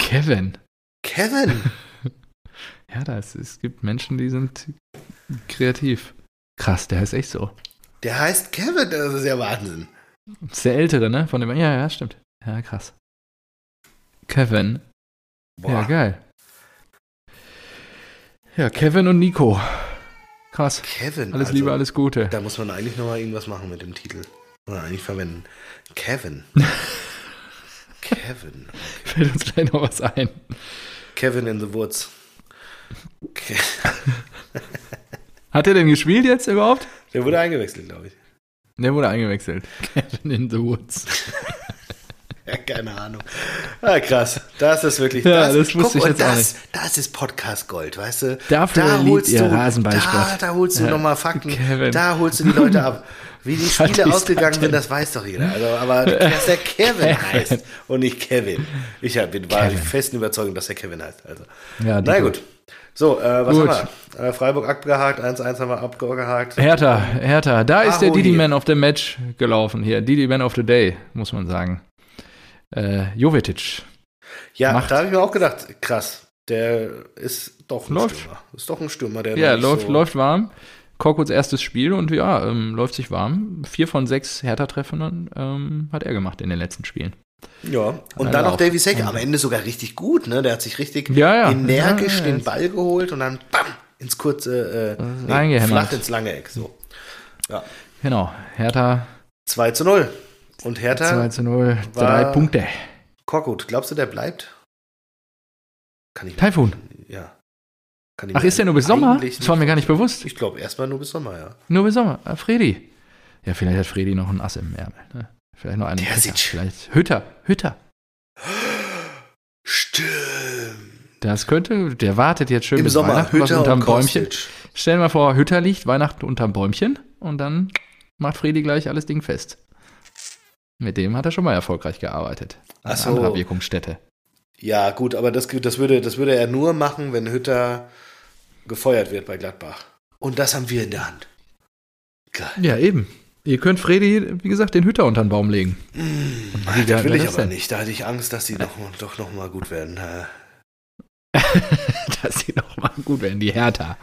Speaker 1: Kevin.
Speaker 2: Kevin.
Speaker 1: Ja, das, es gibt Menschen, die sind kreativ. Krass, der heißt echt so.
Speaker 2: Der heißt Kevin. Das ist ja Wahnsinn.
Speaker 1: Das ist der Ältere, ne? Von dem, ja, ja, stimmt. Ja, krass. Kevin. Ja,
Speaker 2: Boah.
Speaker 1: geil. Ja, Kevin und Nico. Krass.
Speaker 2: Kevin.
Speaker 1: Alles
Speaker 2: also,
Speaker 1: Liebe, alles Gute.
Speaker 2: Da muss man eigentlich nochmal irgendwas machen mit dem Titel. Oder eigentlich verwenden.
Speaker 1: *laughs*
Speaker 2: Kevin. Kevin.
Speaker 1: *laughs* Fällt uns gleich noch was ein.
Speaker 2: Kevin in the Woods. Ke
Speaker 1: Hat er denn gespielt jetzt überhaupt?
Speaker 2: Der wurde eingewechselt, glaube ich.
Speaker 1: Der wurde
Speaker 2: *laughs*
Speaker 1: eingewechselt. Kevin in the Woods.
Speaker 2: Ja, keine Ahnung. Ah, krass. Das ist wirklich.
Speaker 1: Ja, das wusste ich
Speaker 2: und
Speaker 1: jetzt auch
Speaker 2: das, Das ist Podcast Gold, weißt du?
Speaker 1: Dafür
Speaker 2: da
Speaker 1: liebt
Speaker 2: holst
Speaker 1: ihr
Speaker 2: du,
Speaker 1: Rasenballsport.
Speaker 2: Da, da holst du
Speaker 1: Ja.
Speaker 2: nochmal Fakten.
Speaker 1: Kevin.
Speaker 2: Da holst du die Leute ab. Wie die
Speaker 1: *laughs* Hat
Speaker 2: Spiele
Speaker 1: die
Speaker 2: ausgegangen
Speaker 1: Satin.
Speaker 2: sind, das weiß doch jeder. Also, aber dass der Kevin
Speaker 1: *laughs*
Speaker 2: heißt und nicht Kevin. Ich hab- bin war der
Speaker 1: Kevin.
Speaker 2: festen Überzeugung, dass der Kevin heißt. Also.
Speaker 1: Ja,
Speaker 2: Na
Speaker 1: Nico.
Speaker 2: gut. So, äh, was
Speaker 1: Gut.
Speaker 2: haben wir? Äh, Freiburg abgehakt, 1-1 haben wir abgehakt.
Speaker 1: Hertha, Hertha. Da ist der
Speaker 2: Ahoni.
Speaker 1: Didi Man of the Match gelaufen. Hier, Didi Man of the Day, muss man sagen. Äh, Jovetic.
Speaker 2: Ja,
Speaker 1: Macht.
Speaker 2: da habe ich mir auch gedacht, krass, der ist doch ein
Speaker 1: Läuft.
Speaker 2: Stürmer. Ist doch ein Stürmer, der
Speaker 1: Ja,
Speaker 2: noch nicht
Speaker 1: läuft,
Speaker 2: so
Speaker 1: läuft warm. Korkuts erstes Spiel und ja, ähm, läuft sich warm. Vier von sechs Hertha-Treffern ähm, hat er gemacht in den letzten Spielen.
Speaker 2: Ja, und
Speaker 1: Leider
Speaker 2: dann noch
Speaker 1: auch.
Speaker 2: Davy Seck, am Ende sogar richtig gut, ne? Der hat sich richtig
Speaker 1: Ja, ja.
Speaker 2: energisch
Speaker 1: Ja, ja,
Speaker 2: den
Speaker 1: ja.
Speaker 2: Ball geholt und dann bam, ins kurze, äh,
Speaker 1: reingehämmert.
Speaker 2: flach ins lange Eck, so. Ja,
Speaker 1: Genau, Hertha
Speaker 2: 2 zu 0. Und
Speaker 1: 2
Speaker 2: Hertha,
Speaker 1: zu 0,
Speaker 2: war-
Speaker 1: drei Punkte.
Speaker 2: Korkut, glaubst du, der bleibt? Kann ich
Speaker 1: Taifun.
Speaker 2: ja. Kann ich
Speaker 1: Ach,
Speaker 2: mir
Speaker 1: ist der nur bis Sommer?
Speaker 2: eigentlich
Speaker 1: Das war mir gar nicht bewusst.
Speaker 2: Ich glaube, erstmal nur bis Sommer, ja.
Speaker 1: Nur bis Sommer. Ah, Fredi. Ja, vielleicht hat Fredi noch einen Ass im Ärmel. Ne? Vielleicht noch einen.
Speaker 2: Der
Speaker 1: Hütter.
Speaker 2: sieht sch-
Speaker 1: Vielleicht Hütter. Hütter.
Speaker 2: Stimmt.
Speaker 1: Das könnte, der wartet jetzt schön
Speaker 2: Im
Speaker 1: bis
Speaker 2: Sommer,
Speaker 1: Weihnachten was
Speaker 2: Hütter
Speaker 1: unterm
Speaker 2: und
Speaker 1: Bäumchen.
Speaker 2: Kostic.
Speaker 1: Stell dir mal vor, Hütter liegt Weihnachten unterm Bäumchen und dann macht Fredi gleich alles Ding fest. Mit dem hat er schon mal erfolgreich gearbeitet.
Speaker 2: Ach
Speaker 1: Eine
Speaker 2: so.
Speaker 1: andere Wirkungsstätte.
Speaker 2: Ja, gut, aber das, das, würde, das würde er nur machen, wenn Hütter gefeuert wird bei Gladbach. Und das haben wir in der Hand. Geil.
Speaker 1: Ja, eben. Ihr könnt Fredi, wie gesagt, den Hütter unter den Baum legen. wie geil
Speaker 2: Mm, das will
Speaker 1: wäre
Speaker 2: ich
Speaker 1: das
Speaker 2: aber
Speaker 1: denn?
Speaker 2: nicht. Da hatte ich Angst, dass die noch, doch noch mal gut werden. Äh,
Speaker 1: *laughs* Dass sie nochmal gut werden, die Hertha.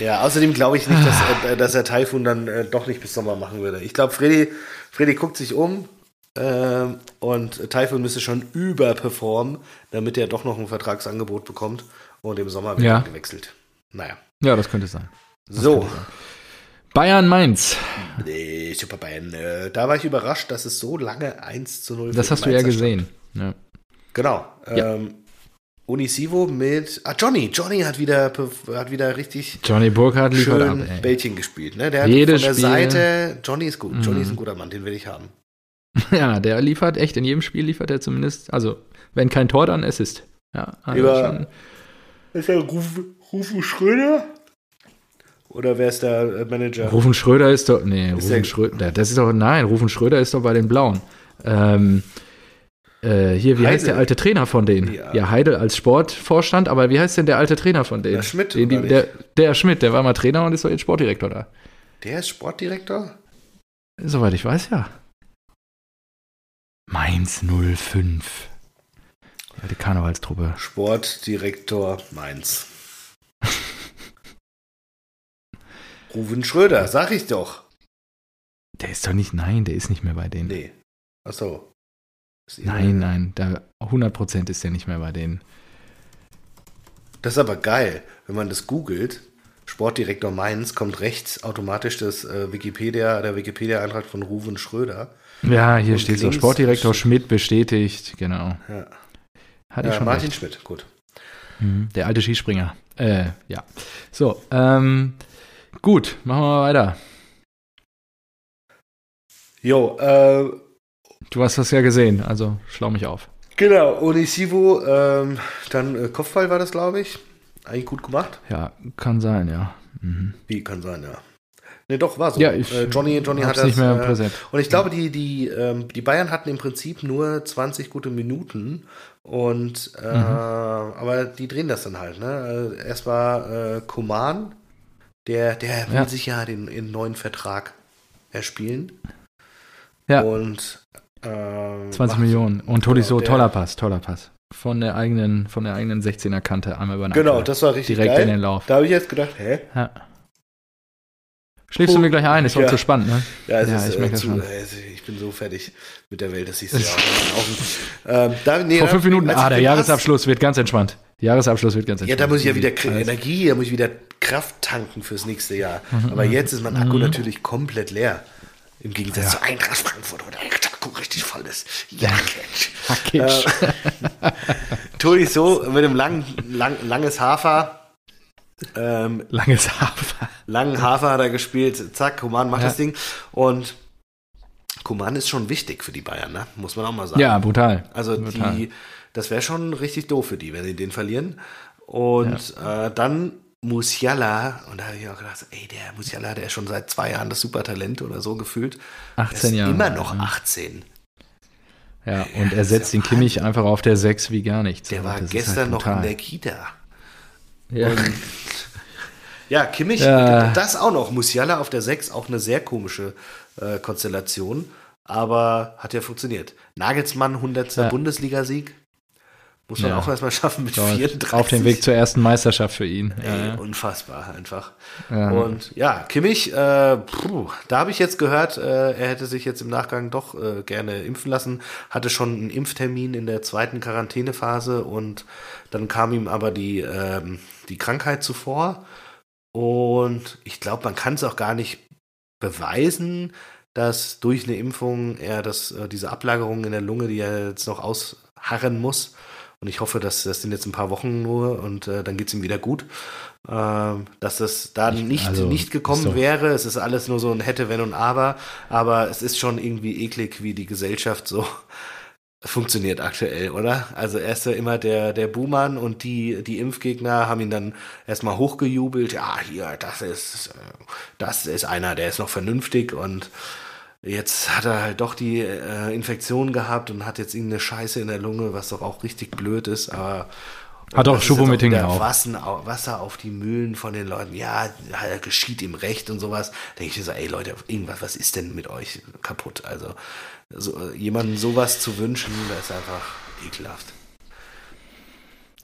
Speaker 2: Ja, außerdem glaube ich nicht, dass, äh, dass er Taifun dann äh, doch nicht bis Sommer machen würde. Ich glaube, Freddy, Freddy guckt sich um ähm, und Taifun müsste schon überperformen, damit er doch noch ein Vertragsangebot bekommt und im Sommer wird
Speaker 1: Ja.
Speaker 2: er gewechselt. Naja.
Speaker 1: Ja, das könnte sein.
Speaker 2: So.
Speaker 1: Bayern Mainz.
Speaker 2: Nee, Super Bayern. Äh, da war ich überrascht, dass es so lange 1 zu 0 für
Speaker 1: Das
Speaker 2: die
Speaker 1: hast du ja
Speaker 2: Mainzer
Speaker 1: gesehen. Ja.
Speaker 2: stand. Genau.
Speaker 1: Ja.
Speaker 2: Ähm, Unisivo mit. Ah, Johnny. Johnny hat wieder, perf- hat wieder richtig
Speaker 1: Johnny Burkhardt liefert
Speaker 2: schön
Speaker 1: ab. Ey.
Speaker 2: Bällchen gespielt. Ne? Der hat
Speaker 1: Jedes
Speaker 2: von der
Speaker 1: Spiel.
Speaker 2: Seite. Johnny ist gut. Johnny
Speaker 1: Mhm.
Speaker 2: ist ein guter Mann, den will ich haben.
Speaker 1: *laughs* Ja, der liefert echt in jedem Spiel liefert er zumindest, also wenn kein Tor dann Assist. Ja, also
Speaker 2: Über-
Speaker 1: schon-
Speaker 2: Ist er Ruf, Rufus Schröder? Oder wer ist der äh, Manager?
Speaker 1: Rufen Schröder ist doch. Nee,
Speaker 2: Ist
Speaker 1: Rufen
Speaker 2: der-
Speaker 1: Schröder. Das ist doch. Nein, Rufen Schröder ist doch bei den Blauen. Ähm, äh, hier, wie heißt
Speaker 2: Heidel.
Speaker 1: der alte Trainer von denen?
Speaker 2: Ja.
Speaker 1: Ja. Heidel als Sportvorstand, aber wie heißt denn der alte Trainer von denen?
Speaker 2: Der Schmidt,
Speaker 1: Den, die,
Speaker 2: oder
Speaker 1: der, der Schmidt, der war mal Trainer und ist doch jetzt Sportdirektor da.
Speaker 2: Der ist Sportdirektor?
Speaker 1: Soweit ich weiß, ja. Mainz 05. Die alte Karnevalstruppe.
Speaker 2: Sportdirektor
Speaker 1: *laughs*
Speaker 2: Mainz. Ruven Schröder, sag ich doch.
Speaker 1: Der ist doch nicht, nein, der ist nicht mehr bei denen.
Speaker 2: Nee. Achso. Ist ihre-
Speaker 1: Nein, nein, da 100% ist der nicht mehr bei denen.
Speaker 2: Das ist aber geil, wenn man das googelt. Sportdirektor Mainz kommt rechts automatisch das äh, Wikipedia, der Wikipedia-Eintrag von Ruven Schröder.
Speaker 1: Ja, hier
Speaker 2: Und
Speaker 1: steht so,
Speaker 2: links-
Speaker 1: Sportdirektor Schmidt bestätigt, genau.
Speaker 2: Ja.
Speaker 1: Hatte ich
Speaker 2: Ja,
Speaker 1: schon
Speaker 2: Äh, Martin
Speaker 1: recht.
Speaker 2: Schmidt, gut.
Speaker 1: Mhm. Der alte Skispringer. Äh, ja. So, ähm, gut, machen wir mal weiter.
Speaker 2: Jo, äh,
Speaker 1: Du hast das ja gesehen, also schlau mich auf.
Speaker 2: genau, Onisivo, ähm, dann äh, Kopfball war das, glaube ich. Eigentlich gut gemacht.
Speaker 1: Ja, kann sein, ja. Mhm.
Speaker 2: Wie kann sein, ja. Ne, doch, war so.
Speaker 1: Ja, ich
Speaker 2: äh, Johnny, Johnny hat
Speaker 1: hab's
Speaker 2: das.
Speaker 1: nicht mehr
Speaker 2: äh,
Speaker 1: präsent.
Speaker 2: Und ich glaube, die, die, ähm, die Bayern hatten im Prinzip nur 20 gute Minuten. Und
Speaker 1: Mhm.
Speaker 2: äh, aber die drehen das dann halt, ne? Also Erst war äh, Koman, der, der will
Speaker 1: Ja.
Speaker 2: sich ja den, den neuen Vertrag erspielen.
Speaker 1: Ja.
Speaker 2: Und ähm,
Speaker 1: 20
Speaker 2: macht-
Speaker 1: Millionen. Und Tolisso,
Speaker 2: der-
Speaker 1: toller Pass, toller Pass. Von der eigenen, von der eigenen 16er Kante einmal über den
Speaker 2: Genau,
Speaker 1: Abwehr.
Speaker 2: das war richtig
Speaker 1: direkt
Speaker 2: geil.
Speaker 1: in den Lauf.
Speaker 2: Da habe ich jetzt gedacht, hä?
Speaker 1: Ja. Schläfst du mir gleich ein, ist
Speaker 2: Ja.
Speaker 1: auch zu spannend, ne?
Speaker 2: Ja, es
Speaker 1: Ja,
Speaker 2: ist,
Speaker 1: ich
Speaker 2: ich, äh,
Speaker 1: merk das
Speaker 2: zu,
Speaker 1: schon.
Speaker 2: äh, ich bin so fertig mit der Welt, das siehst du ja auch. ähm, da, nee,
Speaker 1: Vor
Speaker 2: da-
Speaker 1: fünf Minuten,
Speaker 2: als ich
Speaker 1: ah, der
Speaker 2: den Pass-
Speaker 1: Jahresabschluss wird ganz entspannt. Jahresabschluss wird ganz
Speaker 2: Also Ja,
Speaker 1: entspannt. Also
Speaker 2: da muss ich ja wieder Kr-
Speaker 1: Alles-
Speaker 2: Energie, da muss ich wieder Kraft tanken fürs nächste Jahr. Aber jetzt ist mein Akku natürlich komplett leer. Im Gegensatz zu Eintracht Frankfurt, wo der Akku richtig voll ist. Ja, Mensch. *laughs*
Speaker 1: Hackisch.
Speaker 2: Toni so mit einem langen, lang, langes Hafer. Ähm,
Speaker 1: Langes Hafer.
Speaker 2: langen Hafer hat er gespielt. Zack, Koman macht
Speaker 1: Ja.
Speaker 2: das Ding. Und Koman ist schon wichtig für die Bayern, ne? muss man auch mal sagen.
Speaker 1: Ja, brutal.
Speaker 2: Also
Speaker 1: Total.
Speaker 2: die, das wäre schon richtig doof für die, wenn sie den verlieren. Und äh, dann Musiala, und da habe ich auch gedacht, ey, der Musiala, der ist schon seit zwei Jahren das Supertalent oder so gefühlt. Der
Speaker 1: 18
Speaker 2: ist
Speaker 1: Jahre.
Speaker 2: Immer noch 18.
Speaker 1: Ja, und er setzt den Kimmich einfach auf der 6 wie gar nichts.
Speaker 2: Der
Speaker 1: Und
Speaker 2: war
Speaker 1: das ist
Speaker 2: gestern
Speaker 1: halt
Speaker 2: noch in
Speaker 1: brutal.
Speaker 2: der Kita.
Speaker 1: Ja.
Speaker 2: Ja, Kimmich, äh,
Speaker 1: Ja.
Speaker 2: das auch noch. Musiala auf der 6, auch eine sehr komische äh, Konstellation. Aber hat ja funktioniert. Nagelsmann, 100.
Speaker 1: Ja.
Speaker 2: Bundesligasieg. Muss man
Speaker 1: Ja.
Speaker 2: auch erstmal schaffen mit
Speaker 1: Läuft
Speaker 2: 34.
Speaker 1: Auf dem Weg zur ersten Meisterschaft für ihn.
Speaker 2: Ey,
Speaker 1: Ja, ja.
Speaker 2: Unfassbar einfach.
Speaker 1: Ja. Ähm,
Speaker 2: Und ja, Kimmich, äh, puh, da habe ich jetzt gehört, äh, er hätte sich jetzt im Nachgang doch äh, gerne impfen lassen, hatte schon einen Impftermin in der zweiten Quarantänephase und dann kam ihm aber die, ähm, die Krankheit zuvor. Und ich glaube, man kann es auch gar nicht beweisen, dass durch eine Impfung er das, äh, diese Ablagerung in der Lunge, die er jetzt noch ausharren muss, und ich hoffe, dass das sind jetzt ein paar Wochen nur und äh, dann geht es ihm wieder gut, ähm, dass das da nicht,
Speaker 1: also,
Speaker 2: nicht gekommen
Speaker 1: ist doch-
Speaker 2: wäre. Es ist alles nur so ein Hätte, Wenn und Aber, aber es ist schon irgendwie eklig, wie die Gesellschaft so *laughs* funktioniert aktuell, oder? Also erst war immer der, der Buhmann und die, die Impfgegner haben ihn dann erstmal hochgejubelt. Ja, hier, das ist, äh, das ist einer, der ist noch vernünftig und jetzt hat er halt doch die äh, Infektion gehabt und hat jetzt irgendeine Scheiße in der Lunge, was doch auch richtig blöd ist,
Speaker 1: Hat
Speaker 2: aber
Speaker 1: auch
Speaker 2: das ist jetzt
Speaker 1: Schuppomitting
Speaker 2: wieder
Speaker 1: Ah, auch.
Speaker 2: Wasser, au- Wasser auf die Mühlen von den Leuten. Ja, ja, geschieht ihm recht und sowas. Denke ich mir so, ey Leute, irgendwas, was ist denn mit euch kaputt? Also, so, jemandem sowas zu wünschen, das ist einfach ekelhaft.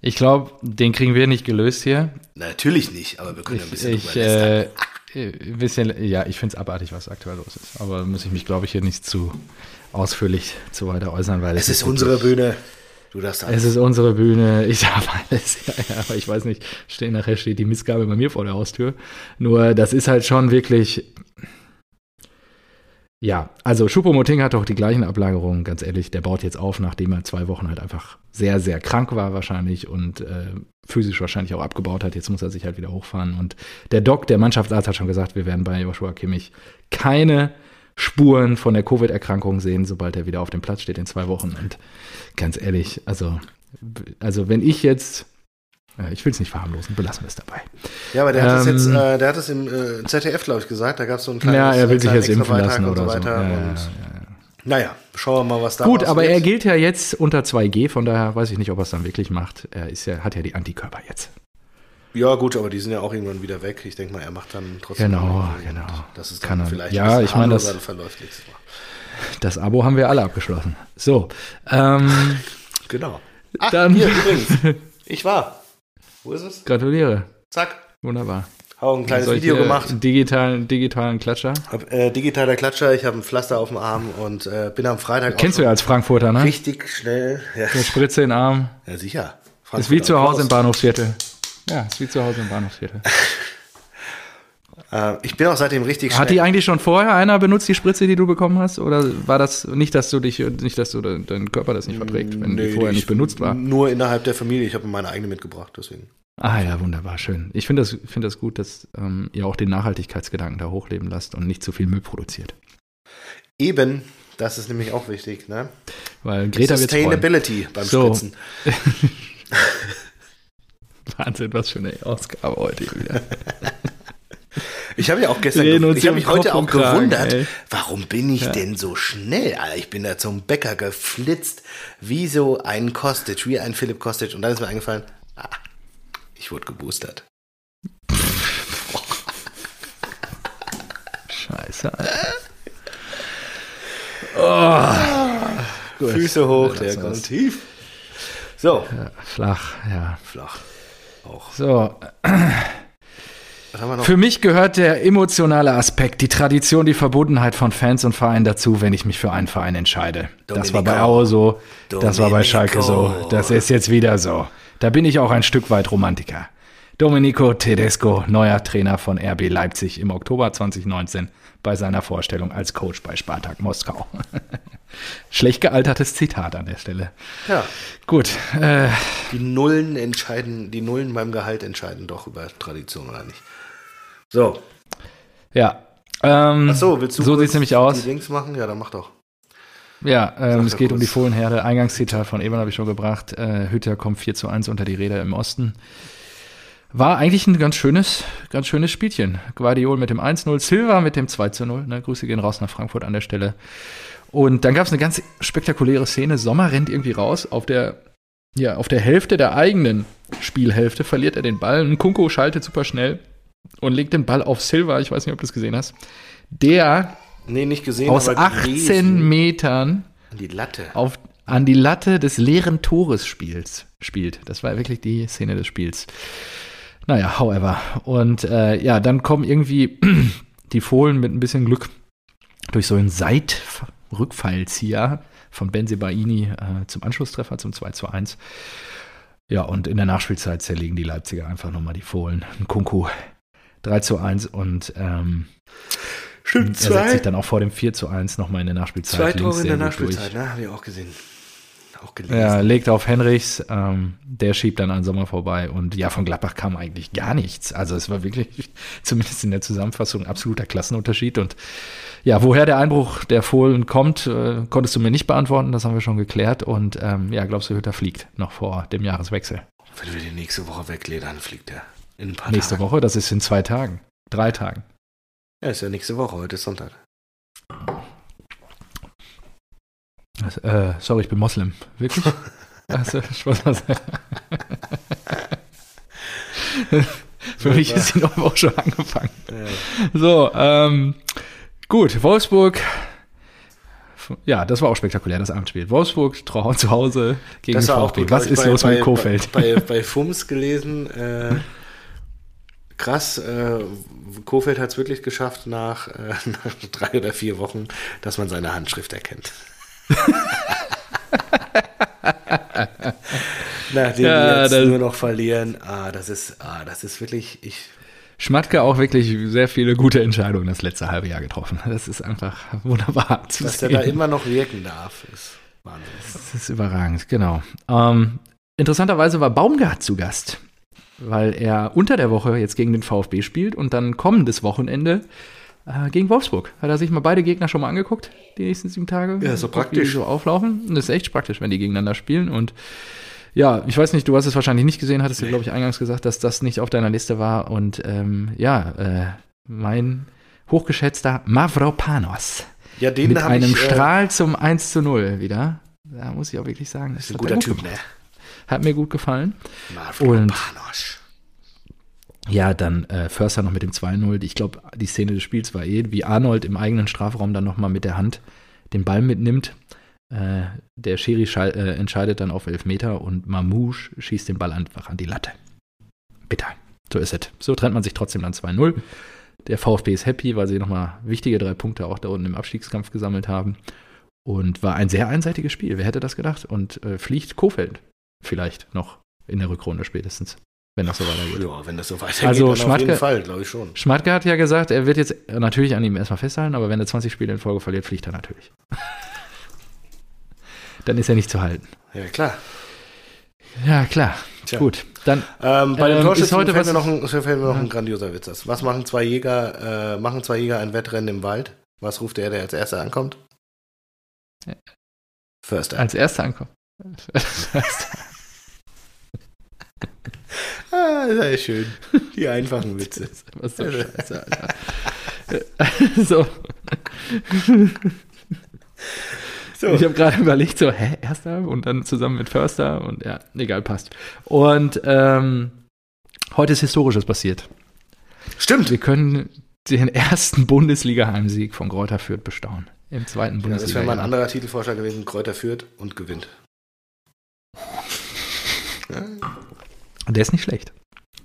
Speaker 1: Ich glaube, den kriegen wir nicht gelöst hier.
Speaker 2: Natürlich nicht, aber wir können ja ein
Speaker 1: Ich,
Speaker 2: bisschen
Speaker 1: ich,
Speaker 2: drüber lästern.
Speaker 1: äh, ein bisschen, ja, ich finde es abartig, was aktuell los ist. Aber muss ich mich, glaube ich, hier nicht zu ausführlich zu weiter äußern, weil
Speaker 2: Es ist unsere Bühne. Du darfst alles.
Speaker 1: Es ist unsere Bühne, ich *laughs* darf alles, ja, ja, aber ich weiß nicht, stehen, nachher steht die Missgabe bei mir vor der Haustür. Nur das ist halt schon wirklich, ja, also Schupomoting hat doch die gleichen Ablagerungen, ganz ehrlich, der baut jetzt auf, nachdem er zwei Wochen halt einfach sehr, sehr krank war wahrscheinlich und äh, physisch wahrscheinlich auch abgebaut hat. Jetzt muss er sich halt wieder hochfahren und der Doc, der Mannschaftsarzt hat schon gesagt, wir werden bei Joshua Kimmich keine Spuren von der Covid-Erkrankung sehen, sobald er wieder auf dem Platz steht in zwei Wochen. Und ganz ehrlich, also, also wenn ich jetzt, äh, ich will es nicht verharmlosen, belassen wir es dabei.
Speaker 2: Ja, aber der hat das
Speaker 1: ähm,
Speaker 2: jetzt, äh, der hat das im äh, ZDF, glaube ich, gesagt. Da gab es so einen kleinen
Speaker 1: ja, er will sich jetzt impfen
Speaker 2: Beitrag
Speaker 1: lassen
Speaker 2: und so
Speaker 1: oder so.
Speaker 2: weiter.
Speaker 1: Ja, ja,
Speaker 2: und,
Speaker 1: ja.
Speaker 2: Naja, schauen wir mal, was da
Speaker 1: Gut, aber er gilt ja jetzt unter 2G, von daher weiß ich nicht, ob er es dann wirklich macht. Er ist ja, hat ja die Antikörper jetzt.
Speaker 2: Ja, gut, aber die sind ja auch irgendwann wieder weg. Ich denke mal, er macht dann trotzdem.
Speaker 1: Genau,
Speaker 2: noch irgendwie.
Speaker 1: genau.
Speaker 2: Das ist
Speaker 1: Kann
Speaker 2: dann
Speaker 1: er-
Speaker 2: vielleicht
Speaker 1: Ja,
Speaker 2: ein bisschen
Speaker 1: ich meine, das-
Speaker 2: harmloser verläuft nächstes Mal.
Speaker 1: Das Abo haben wir alle abgeschlossen. So,
Speaker 2: *laughs*
Speaker 1: ähm,
Speaker 2: Genau.
Speaker 1: Dann-
Speaker 2: hier übrigens. Ich war. Wo ist es?
Speaker 1: gratuliere.
Speaker 2: Zack.
Speaker 1: Wunderbar.
Speaker 2: Hau ein kleines
Speaker 1: Solche
Speaker 2: Video gemacht.
Speaker 1: Digitalen, digitalen Klatscher.
Speaker 2: Hab, äh, digitaler Klatscher, ich habe ein Pflaster auf dem Arm und äh, bin am Freitag auch
Speaker 1: Kennst du
Speaker 2: schon
Speaker 1: ja als Frankfurter, ne?
Speaker 2: richtig schnell. Ja,
Speaker 1: Eine Spritze in den Arm.
Speaker 2: ja sicher.
Speaker 1: Ist wie zu Hause im
Speaker 2: Frankfurt
Speaker 1: Bahnhofsviertel. Ja, ist wie zu Hause im Bahnhofsviertel.
Speaker 2: Applaus. Äh, ich bin auch seitdem richtig schnell.
Speaker 1: Hat die eigentlich schon vorher einer benutzt, die Spritze, die du bekommen hast? Oder war das nicht, dass du dich, nicht, dass du de- dein Körper das nicht verträgt, wenn
Speaker 2: Mm, Nee,
Speaker 1: die vorher
Speaker 2: die Mm.
Speaker 1: nicht benutzt war?
Speaker 2: Nur innerhalb der Familie. Ich habe mir meine eigene mitgebracht, deswegen.
Speaker 1: Ah ja, wunderbar, schön. Ich finde das, finde das gut, dass ähm, ihr auch den Nachhaltigkeitsgedanken da hochleben lasst und nicht zu viel Müll produziert.
Speaker 2: Eben, das ist nämlich auch wichtig. Ne?
Speaker 1: Weil Greta wird
Speaker 2: Sustainability beim
Speaker 1: So.
Speaker 2: Spritzen.
Speaker 1: *laughs* Wahnsinn, was für eine Ausgabe heute
Speaker 2: *laughs*
Speaker 1: wieder.
Speaker 2: Ich habe ja auch gestern,
Speaker 1: Drehen uns
Speaker 2: ich habe
Speaker 1: hier
Speaker 2: mich
Speaker 1: um Kopf
Speaker 2: heute auch
Speaker 1: und Kragen,
Speaker 2: gewundert,
Speaker 1: ey.
Speaker 2: warum bin ich denn so schnell? Alter, ich bin da zum Bäcker geflitzt, wie so ein Kostic, wie ein Philipp Kostic. Und dann ist mir eingefallen, ah, ich wurde geboostert.
Speaker 1: Scheiße. Alter. Gut.
Speaker 2: Füße hoch,
Speaker 1: Ja,
Speaker 2: der
Speaker 1: das
Speaker 2: kommt
Speaker 1: war's.
Speaker 2: tief. So,
Speaker 1: Ja, flach, ja.
Speaker 2: flach. Auch.
Speaker 1: So,
Speaker 2: Was haben wir noch?
Speaker 1: Für mich gehört der emotionale Aspekt, die Tradition, die Verbundenheit von Fans und Verein dazu, wenn ich mich für einen Verein entscheide. Das war bei
Speaker 2: Domenico.
Speaker 1: Aue so, das war bei
Speaker 2: Domenico.
Speaker 1: Schalke so, das ist jetzt wieder so. Da bin ich auch ein Stück weit Romantiker. Domenico Tedesco, neuer Trainer von RB Leipzig im Oktober 2019 bei seiner Vorstellung als Coach bei Spartak Moskau. *laughs* Schlecht gealtertes Zitat an der Stelle.
Speaker 2: Ja,
Speaker 1: Gut, äh,
Speaker 2: die Nullen entscheiden, die Nullen beim Gehalt entscheiden doch über Tradition oder nicht. So,
Speaker 1: ja. Ähm,
Speaker 2: Ach so willst du
Speaker 1: so
Speaker 2: kurz
Speaker 1: sieht's nämlich aus.
Speaker 2: die Links machen? Ja, dann mach doch.
Speaker 1: Ja, ähm, es
Speaker 2: ja
Speaker 1: geht um
Speaker 2: kurz.
Speaker 1: die Fohlenherde. Eingangszitat von Eber habe ich schon gebracht. Äh, Hütter kommt 4 zu 1 unter die Räder im Osten. War eigentlich ein ganz schönes, ganz schönes Spielchen. Guardiol mit dem 1-0, Silva mit dem 2 0. Ne? Grüße gehen raus nach Frankfurt an der Stelle. Und dann gab es eine ganz spektakuläre Szene. Sommer rennt irgendwie raus. Auf der, ja, auf der Hälfte der eigenen Spielhälfte verliert er den Ball. Ein Kunko schaltet super schnell und legt den Ball auf Silva. Ich weiß nicht, ob du das gesehen hast. Der
Speaker 2: Nee, nicht gesehen,
Speaker 1: aus
Speaker 2: aber
Speaker 1: 18
Speaker 2: gelesen.
Speaker 1: Metern
Speaker 2: Die Latte.
Speaker 1: auf, an die Latte des leeren Tores spielt. spielt. Das war wirklich die Szene des Spiels. Naja, however. Und äh, ja, dann kommen irgendwie *clears throat* die Fohlen mit ein bisschen Glück durch so einen Seitrückfallzieher von Benzebaini äh, zum Anschlusstreffer, zum 2 zu 1. Ja, und in der Nachspielzeit zerlegen die Leipziger einfach nochmal die Fohlen. Ein Kunku 3 zu 1 und ähm, er
Speaker 2: Stimmt,
Speaker 1: setzt sich dann auch vor dem 4 zu 1 nochmal in der Nachspielzeit.
Speaker 2: Äh, Zwei
Speaker 1: links
Speaker 2: Tore in
Speaker 1: sehr
Speaker 2: der
Speaker 1: gut durch.
Speaker 2: Nachspielzeit, ne? Habe ich auch gesehen. Auch gelesen.
Speaker 1: Ja, legt auf Henrichs, ähm, der schiebt dann an Sommer vorbei und ja, von Gladbach kam eigentlich gar nichts. Also es war wirklich, *laughs* zumindest in der Zusammenfassung, ein absoluter Klassenunterschied. Und ja, woher der Einbruch der Fohlen kommt, äh, konntest du mir nicht beantworten, das haben wir schon geklärt. Und ähm, ja, glaubst du, Hütter fliegt noch vor dem Jahreswechsel?
Speaker 2: Wenn wir die nächste Woche wegledern, fliegt er. In ein paar
Speaker 1: Nächste
Speaker 2: Tagen.
Speaker 1: Woche, das ist in zwei Tagen, drei Tagen.
Speaker 2: Ja, ist ja nächste Woche, heute ist Sonntag.
Speaker 1: Das, äh, sorry, ich bin Moslem. Wirklich? *laughs* Also, ich wollte mal *laughs* sagen. Für mich ist die neue Woche schon angefangen. So, ähm, gut, Wolfsburg. Ja, das war auch spektakulär, das Abendspiel. Wolfsburg trau- zu Hause gegen
Speaker 2: Das
Speaker 1: den
Speaker 2: war auch
Speaker 1: VfB.
Speaker 2: gut,
Speaker 1: Was
Speaker 2: glaub ich,
Speaker 1: ist
Speaker 2: bei-
Speaker 1: los
Speaker 2: bei,
Speaker 1: mit Kofeld?
Speaker 2: Bei, bei, bei Fums gelesen. Äh, krass, äh, Kofeld hat es wirklich geschafft, nach, äh, *laughs* nach drei oder vier Wochen, dass man seine
Speaker 1: *laughs*
Speaker 2: Handschrift erkennt. Nachdem wir
Speaker 1: Ja,
Speaker 2: jetzt
Speaker 1: das-
Speaker 2: nur noch verlieren. Ah, das ist, ah, das ist wirklich, ich,
Speaker 1: Schmatke auch wirklich sehr viele gute Entscheidungen das letzte halbe Jahr getroffen. Das ist einfach wunderbar zu
Speaker 2: dass der
Speaker 1: sehen.
Speaker 2: da immer noch wirken darf, ist Wahnsinn.
Speaker 1: Das ist überragend, genau. Ähm, interessanterweise war Baumgart zu Gast, weil er unter der Woche jetzt gegen den VfB spielt und dann kommendes Wochenende äh, gegen Wolfsburg. Hat er sich mal beide Gegner schon mal angeguckt, die nächsten sieben Tage?
Speaker 2: Ja, so
Speaker 1: Guckt, Wie die
Speaker 2: praktisch.
Speaker 1: so auflaufen. Und das ist echt praktisch, wenn die gegeneinander spielen. Und ja, ich weiß nicht, du hast es wahrscheinlich nicht gesehen, hattest du, glaube ich, eingangs gesagt, dass das nicht auf deiner Liste war. Und ähm, ja, äh, mein hochgeschätzter Mavropanos
Speaker 2: Ja, den
Speaker 1: mit
Speaker 2: hab
Speaker 1: einem
Speaker 2: ich, äh,
Speaker 1: Strahl zum 1 zu 0 wieder. Da muss ich auch wirklich sagen, das
Speaker 2: Ist ein
Speaker 1: hat
Speaker 2: guter
Speaker 1: mir gut
Speaker 2: Typ,
Speaker 1: gemacht.
Speaker 2: ne?
Speaker 1: Hat mir gut gefallen.
Speaker 2: Marvin
Speaker 1: Und-
Speaker 2: Panosch.
Speaker 1: Ja, dann äh, Förster noch mit dem 2-0. Ich glaube, die Szene des Spiels war eh, wie Arnold im eigenen Strafraum dann nochmal mit der Hand den Ball mitnimmt. Äh, der Schiri schei- äh, entscheidet dann auf Elfmeter und Mamouche schießt den Ball einfach an die Latte. Bitter. So ist es. So trennt man sich trotzdem dann 2-0. Der VfB ist happy, weil sie nochmal wichtige drei Punkte auch da unten im Abstiegskampf gesammelt haben. Und war ein sehr einseitiges Spiel. Wer hätte das gedacht? Und äh, fliegt Kofeld vielleicht noch in der Rückrunde spätestens, wenn das so weitergeht.
Speaker 2: Ja, wenn das so weitergeht,
Speaker 1: Also,
Speaker 2: dann auf jeden
Speaker 1: Schmatke-
Speaker 2: Fall, glaube ich schon.
Speaker 1: Schmatke hat ja gesagt, er wird jetzt natürlich an ihm erstmal festhalten, aber wenn er 20 Spiele in Folge verliert, fliegt er natürlich. *laughs* Dann ist er nicht zu halten.
Speaker 2: Ja, klar.
Speaker 1: Ja, klar.
Speaker 2: Tja.
Speaker 1: Gut. Dann,
Speaker 2: Ähm, bei dem
Speaker 1: Ähm,
Speaker 2: Torschützen
Speaker 1: ist heute
Speaker 2: fällt, mir
Speaker 1: was- Mhm.
Speaker 2: noch ein, fällt mir noch ein grandioser Witz. aus. Was machen zwei Jäger, äh, machen zwei Jäger ein Wettrennen im Wald? Was ruft der, der als erster ankommt?
Speaker 1: Ja.
Speaker 2: Förster.
Speaker 1: Als erster *laughs* ankommt.
Speaker 2: Ah, sehr schön. Die einfachen
Speaker 1: *laughs*
Speaker 2: Witze.
Speaker 1: Was so scheiße, *laughs* Alter. so.
Speaker 2: So,
Speaker 1: Ich habe gerade überlegt, so, hä, erster und dann zusammen mit Förster und ja, egal, passt. Und ähm, heute ist Historisches passiert.
Speaker 2: stimmt.
Speaker 1: Wir können den ersten Bundesliga-Heimsieg von Greuther Fürth bestaunen. Im zweiten
Speaker 2: Ja, das wäre
Speaker 1: Bundesliga.
Speaker 2: mal ein anderer Titelvorschlag gewesen. Kräuter führt und gewinnt. Ja,
Speaker 1: Der ist nicht schlecht.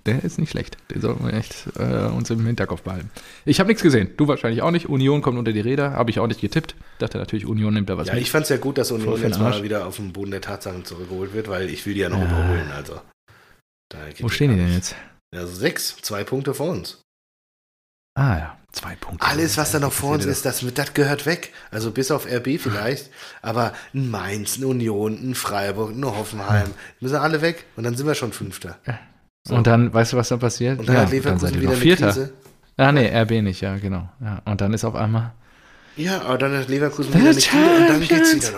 Speaker 1: Der ist nicht schlecht. Den sollten wir echt äh, uns im Hinterkopf behalten. Ich habe nichts gesehen. Du wahrscheinlich auch nicht. Union kommt unter die Räder. Habe ich auch nicht getippt. Dachte natürlich, Union nimmt da was
Speaker 2: ja
Speaker 1: mit.
Speaker 2: ich fand es ja gut, dass
Speaker 1: Voll
Speaker 2: Union
Speaker 1: für den
Speaker 2: jetzt mal
Speaker 1: Arsch.
Speaker 2: wieder auf den Boden der Tatsachen zurückgeholt wird, weil ich will die ja noch
Speaker 1: Ja.
Speaker 2: überholen. Also. Da geht
Speaker 1: Wo
Speaker 2: ja
Speaker 1: stehen die
Speaker 2: gar
Speaker 1: denn
Speaker 2: nicht.
Speaker 1: jetzt?
Speaker 2: Also sechs, zwei Punkte vor uns.
Speaker 1: Ah ja, zwei Punkte.
Speaker 2: Alles, was da noch vor uns
Speaker 1: Seht ihr
Speaker 2: ist, das, das gehört weg. Also bis auf RB vielleicht. Aber ein Mainz, ein Union, ein Freiburg, ein Hoffenheim. Müssen alle weg. Und dann sind wir schon Fünfter.
Speaker 1: das? Und dann, weißt du, was dann passiert?
Speaker 2: Und dann
Speaker 1: ja,
Speaker 2: hat
Speaker 1: dann seid
Speaker 2: Leverkusen
Speaker 1: ihr
Speaker 2: wieder
Speaker 1: noch
Speaker 2: eine
Speaker 1: Vierter.
Speaker 2: Krise.
Speaker 1: Ah nee, RB nicht, ja, genau. Ja, und dann ist auf einmal
Speaker 2: Ja, aber dann hat Leverkusen
Speaker 1: Dann
Speaker 2: wieder eine Krise. Und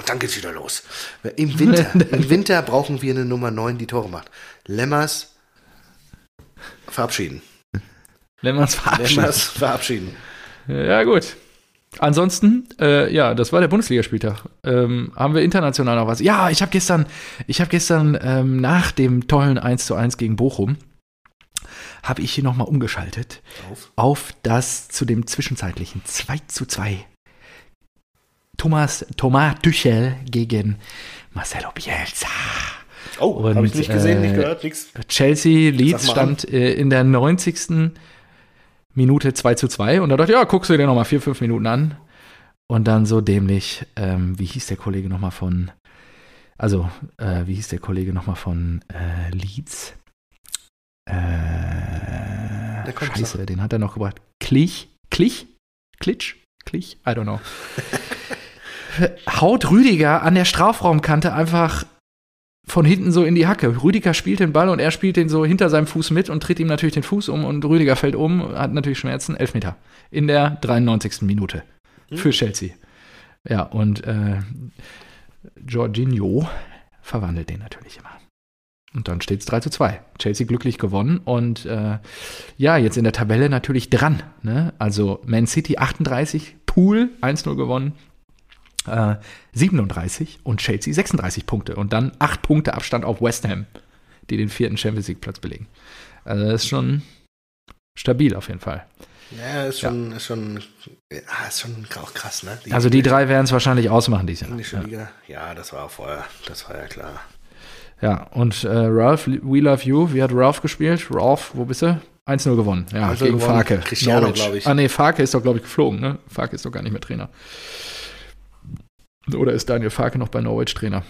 Speaker 2: dann geht's
Speaker 1: Champions.
Speaker 2: wieder los. Dann geht's wieder los. Im
Speaker 1: *laughs*
Speaker 2: Winter. Im Winter brauchen wir eine Nummer 9, die Tore macht. Lemmers verabschieden.
Speaker 1: Lemmers verabschiedet.
Speaker 2: Lemmers verabschieden.
Speaker 1: Ja, gut. Ansonsten, äh, ja, das war der Bundesligaspieltag. Ähm, haben wir international noch was? Ja, ich habe gestern, ich habe gestern ähm, nach dem tollen 1 zu 1 gegen Bochum, habe ich hier nochmal umgeschaltet
Speaker 2: Auf.
Speaker 1: auf das zu dem zwischenzeitlichen 2 zu 2. Thomas, Thomas Tuchel gegen Marcelo Bielsa.
Speaker 2: Oh,
Speaker 1: Und,
Speaker 2: habe ich nicht gesehen, nicht
Speaker 1: äh,
Speaker 2: gehört, nichts.
Speaker 1: Chelsea Leeds
Speaker 2: Sag mal an.
Speaker 1: stand äh, in der 90. Minute 2 zu 2 und da dachte ich, ja, guckst du dir nochmal 4, 5 Minuten an. Und dann so dämlich, ähm, wie hieß der Kollege nochmal von, also, äh, wie hieß der Kollege nochmal von äh, Leeds? Äh,
Speaker 2: kommt's
Speaker 1: Scheiße, den hat er noch gebracht. Klich, Klich, Klitsch, Klich, I don't know. Haut Rüdiger an der Strafraumkante einfach von hinten so in die Hacke. Rüdiger spielt den Ball und er spielt den so hinter seinem Fuß mit und tritt ihm natürlich den Fuß um und Rüdiger fällt um, hat natürlich Schmerzen. Elfmeter. In der 93. Minute.
Speaker 2: Hm?
Speaker 1: Für Chelsea. Ja, und äh, Jorginho verwandelt den natürlich immer. Und dann steht es 3 zu 2. Chelsea glücklich gewonnen und äh, ja, jetzt in der Tabelle natürlich dran. Ne? Also Man City 38, Pool 1-0 gewonnen, äh, 37 und Chelsea 36 Punkte und dann 8 Punkte Abstand auf West Ham, die den vierten Champions League Platz belegen. Also das ist schon stabil auf jeden Fall.
Speaker 2: Ja, ist schon, Ist schon, ja, ist schon auch krass, ne?
Speaker 1: Also die drei werden es wahrscheinlich ausmachen dieses Jahr.
Speaker 2: Englische Liga. Ja, das war auch vorher. Das war ja klar.
Speaker 1: Ja, und äh, Ralph, We Love You, wie hat Ralph gespielt? Ralph, wo bist du? 1-0 gewonnen. Ja,
Speaker 2: 1-0
Speaker 1: gegen
Speaker 2: gewonnen.
Speaker 1: Farke.
Speaker 2: Cristiano,
Speaker 1: Norwich.
Speaker 2: glaub ich.
Speaker 1: Ah, nee, Farke ist doch, glaube ich, geflogen, ne? Farke ist doch gar nicht mehr Trainer. Oder ist Daniel Farke noch bei Norwich Trainer?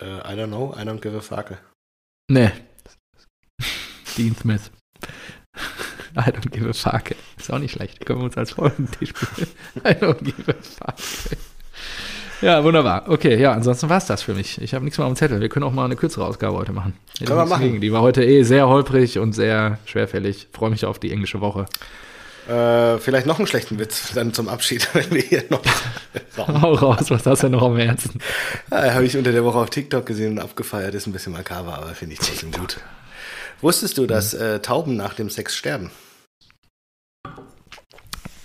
Speaker 2: Äh, I don't know, I don't give a fuck.
Speaker 1: *laughs* Nee. Dean Smith. *laughs* I don't give a fuck. Ist auch nicht schlecht. Können wir uns als Folgentisch *laughs* I don't give a fuck. Ja, wunderbar. Okay, ja, ansonsten war es das für mich. Ich habe nichts mehr auf dem Zettel. Wir können auch mal eine kürzere Ausgabe heute machen. Hätte
Speaker 2: Können wir
Speaker 1: nichts
Speaker 2: machen.
Speaker 1: Die war heute eh sehr holprig und sehr schwerfällig. Freue mich auf die englische Woche.
Speaker 2: Äh, vielleicht noch einen schlechten Witz dann zum Abschied, *laughs* wenn wir hier noch. Raum-
Speaker 1: *laughs* Hau raus, was hast du denn noch am Herzen?
Speaker 2: ah, Habe ich unter der Woche auf TikTok gesehen und abgefeiert. Ist ein bisschen makaber, aber finde ich trotzdem gut. Wusstest du,
Speaker 1: Mhm.
Speaker 2: dass äh, Tauben nach dem Sex sterben?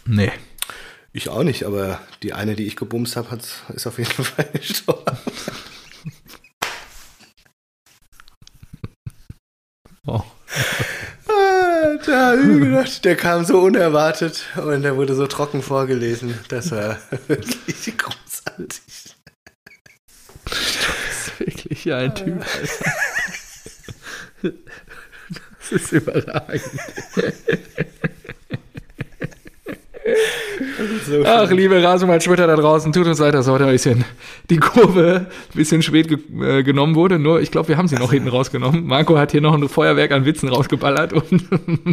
Speaker 1: Nee.
Speaker 2: Ich auch nicht, aber die eine, die ich gebumst habe, hat's- ist auf jeden *laughs* Fall gestorben.
Speaker 1: Oh.
Speaker 2: Ah, Da hab ich mir gedacht, der kam so unerwartet und der wurde so trocken vorgelesen. Das war *laughs* wirklich großartig.
Speaker 1: Das ist wirklich ja ein
Speaker 2: *laughs*
Speaker 1: Typ, Alter. *laughs* Das ist überragend.
Speaker 2: So
Speaker 1: Ach, liebe Rasenball-Schwitter da draußen, tut uns leid, dass heute ein bisschen die Kurve ein bisschen spät ge äh, genommen wurde. Nur, ich glaube, wir haben sie noch hinten rausgenommen. Marco hat hier noch ein Feuerwerk an Witzen rausgeballert und,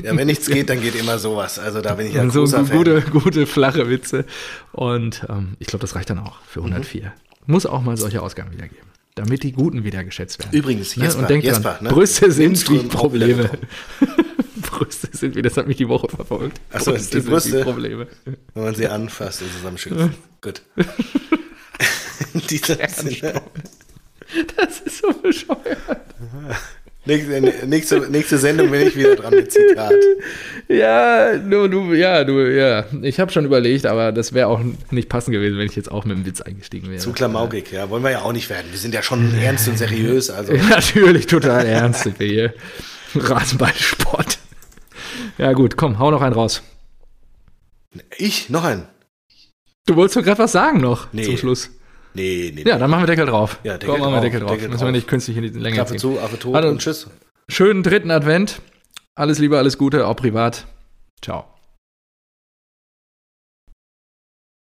Speaker 2: Ja, wenn nichts geht, dann geht immer sowas. Also da bin ich ja
Speaker 1: und *laughs* so
Speaker 2: großer Fan.
Speaker 1: gute, gute, flache Witze. Und ähm, ich glaube, das reicht dann auch
Speaker 2: Mhm.
Speaker 1: für 104. Muss auch mal solche Ausgaben wieder geben, damit die Guten wieder geschätzt werden.
Speaker 2: Übrigens,
Speaker 1: Ne?
Speaker 2: Jesper,
Speaker 1: Und denkt
Speaker 2: Jesper,
Speaker 1: dran,
Speaker 2: ne?
Speaker 1: Brüste sind
Speaker 2: Lindström
Speaker 1: nicht Probleme.
Speaker 2: auch wieder
Speaker 1: *laughs* Brüste sind wie, das hat mich die Woche verfolgt.
Speaker 2: Ach so, die
Speaker 1: sind
Speaker 2: Brüste.
Speaker 1: Probleme.
Speaker 2: Wenn man sie anfasst und zusammenschützt. Gut. *laughs* Dieser Sinne.
Speaker 1: Das ist so bescheuert.
Speaker 2: Nächste, nächste, nächste Sendung bin ich wieder dran
Speaker 1: *laughs*
Speaker 2: mit Zitat.
Speaker 1: Ja, du, du, ja, du, ja. Ich habe schon überlegt, aber das wäre auch nicht passend gewesen, wenn ich jetzt auch mit dem Witz eingestiegen wäre. *laughs*
Speaker 2: Zu klamaukig, ja. Wollen wir ja auch nicht werden. Wir sind ja schon ernst und seriös. Also
Speaker 1: Natürlich, total ernst sind wir hier. *laughs* Rasenballsport. Ja, gut, komm, hau noch einen raus.
Speaker 2: ich, noch ein.
Speaker 1: Du wolltest doch gerade was sagen noch
Speaker 2: Nee.
Speaker 1: zum Schluss.
Speaker 2: Nee, nee.
Speaker 1: Ja, dann machen wir Deckel drauf.
Speaker 2: Ja, Deckel
Speaker 1: komm, machen wir
Speaker 2: drauf,
Speaker 1: Deckel drauf.
Speaker 2: Deckel
Speaker 1: Müssen wir
Speaker 2: drauf.
Speaker 1: nicht künstlich in die Länge
Speaker 2: Klappe
Speaker 1: ziehen.
Speaker 2: zu, Affe tot
Speaker 1: Also-
Speaker 2: und tschüss.
Speaker 1: Schönen dritten Advent. Alles Liebe, alles Gute, auch privat. Ciao.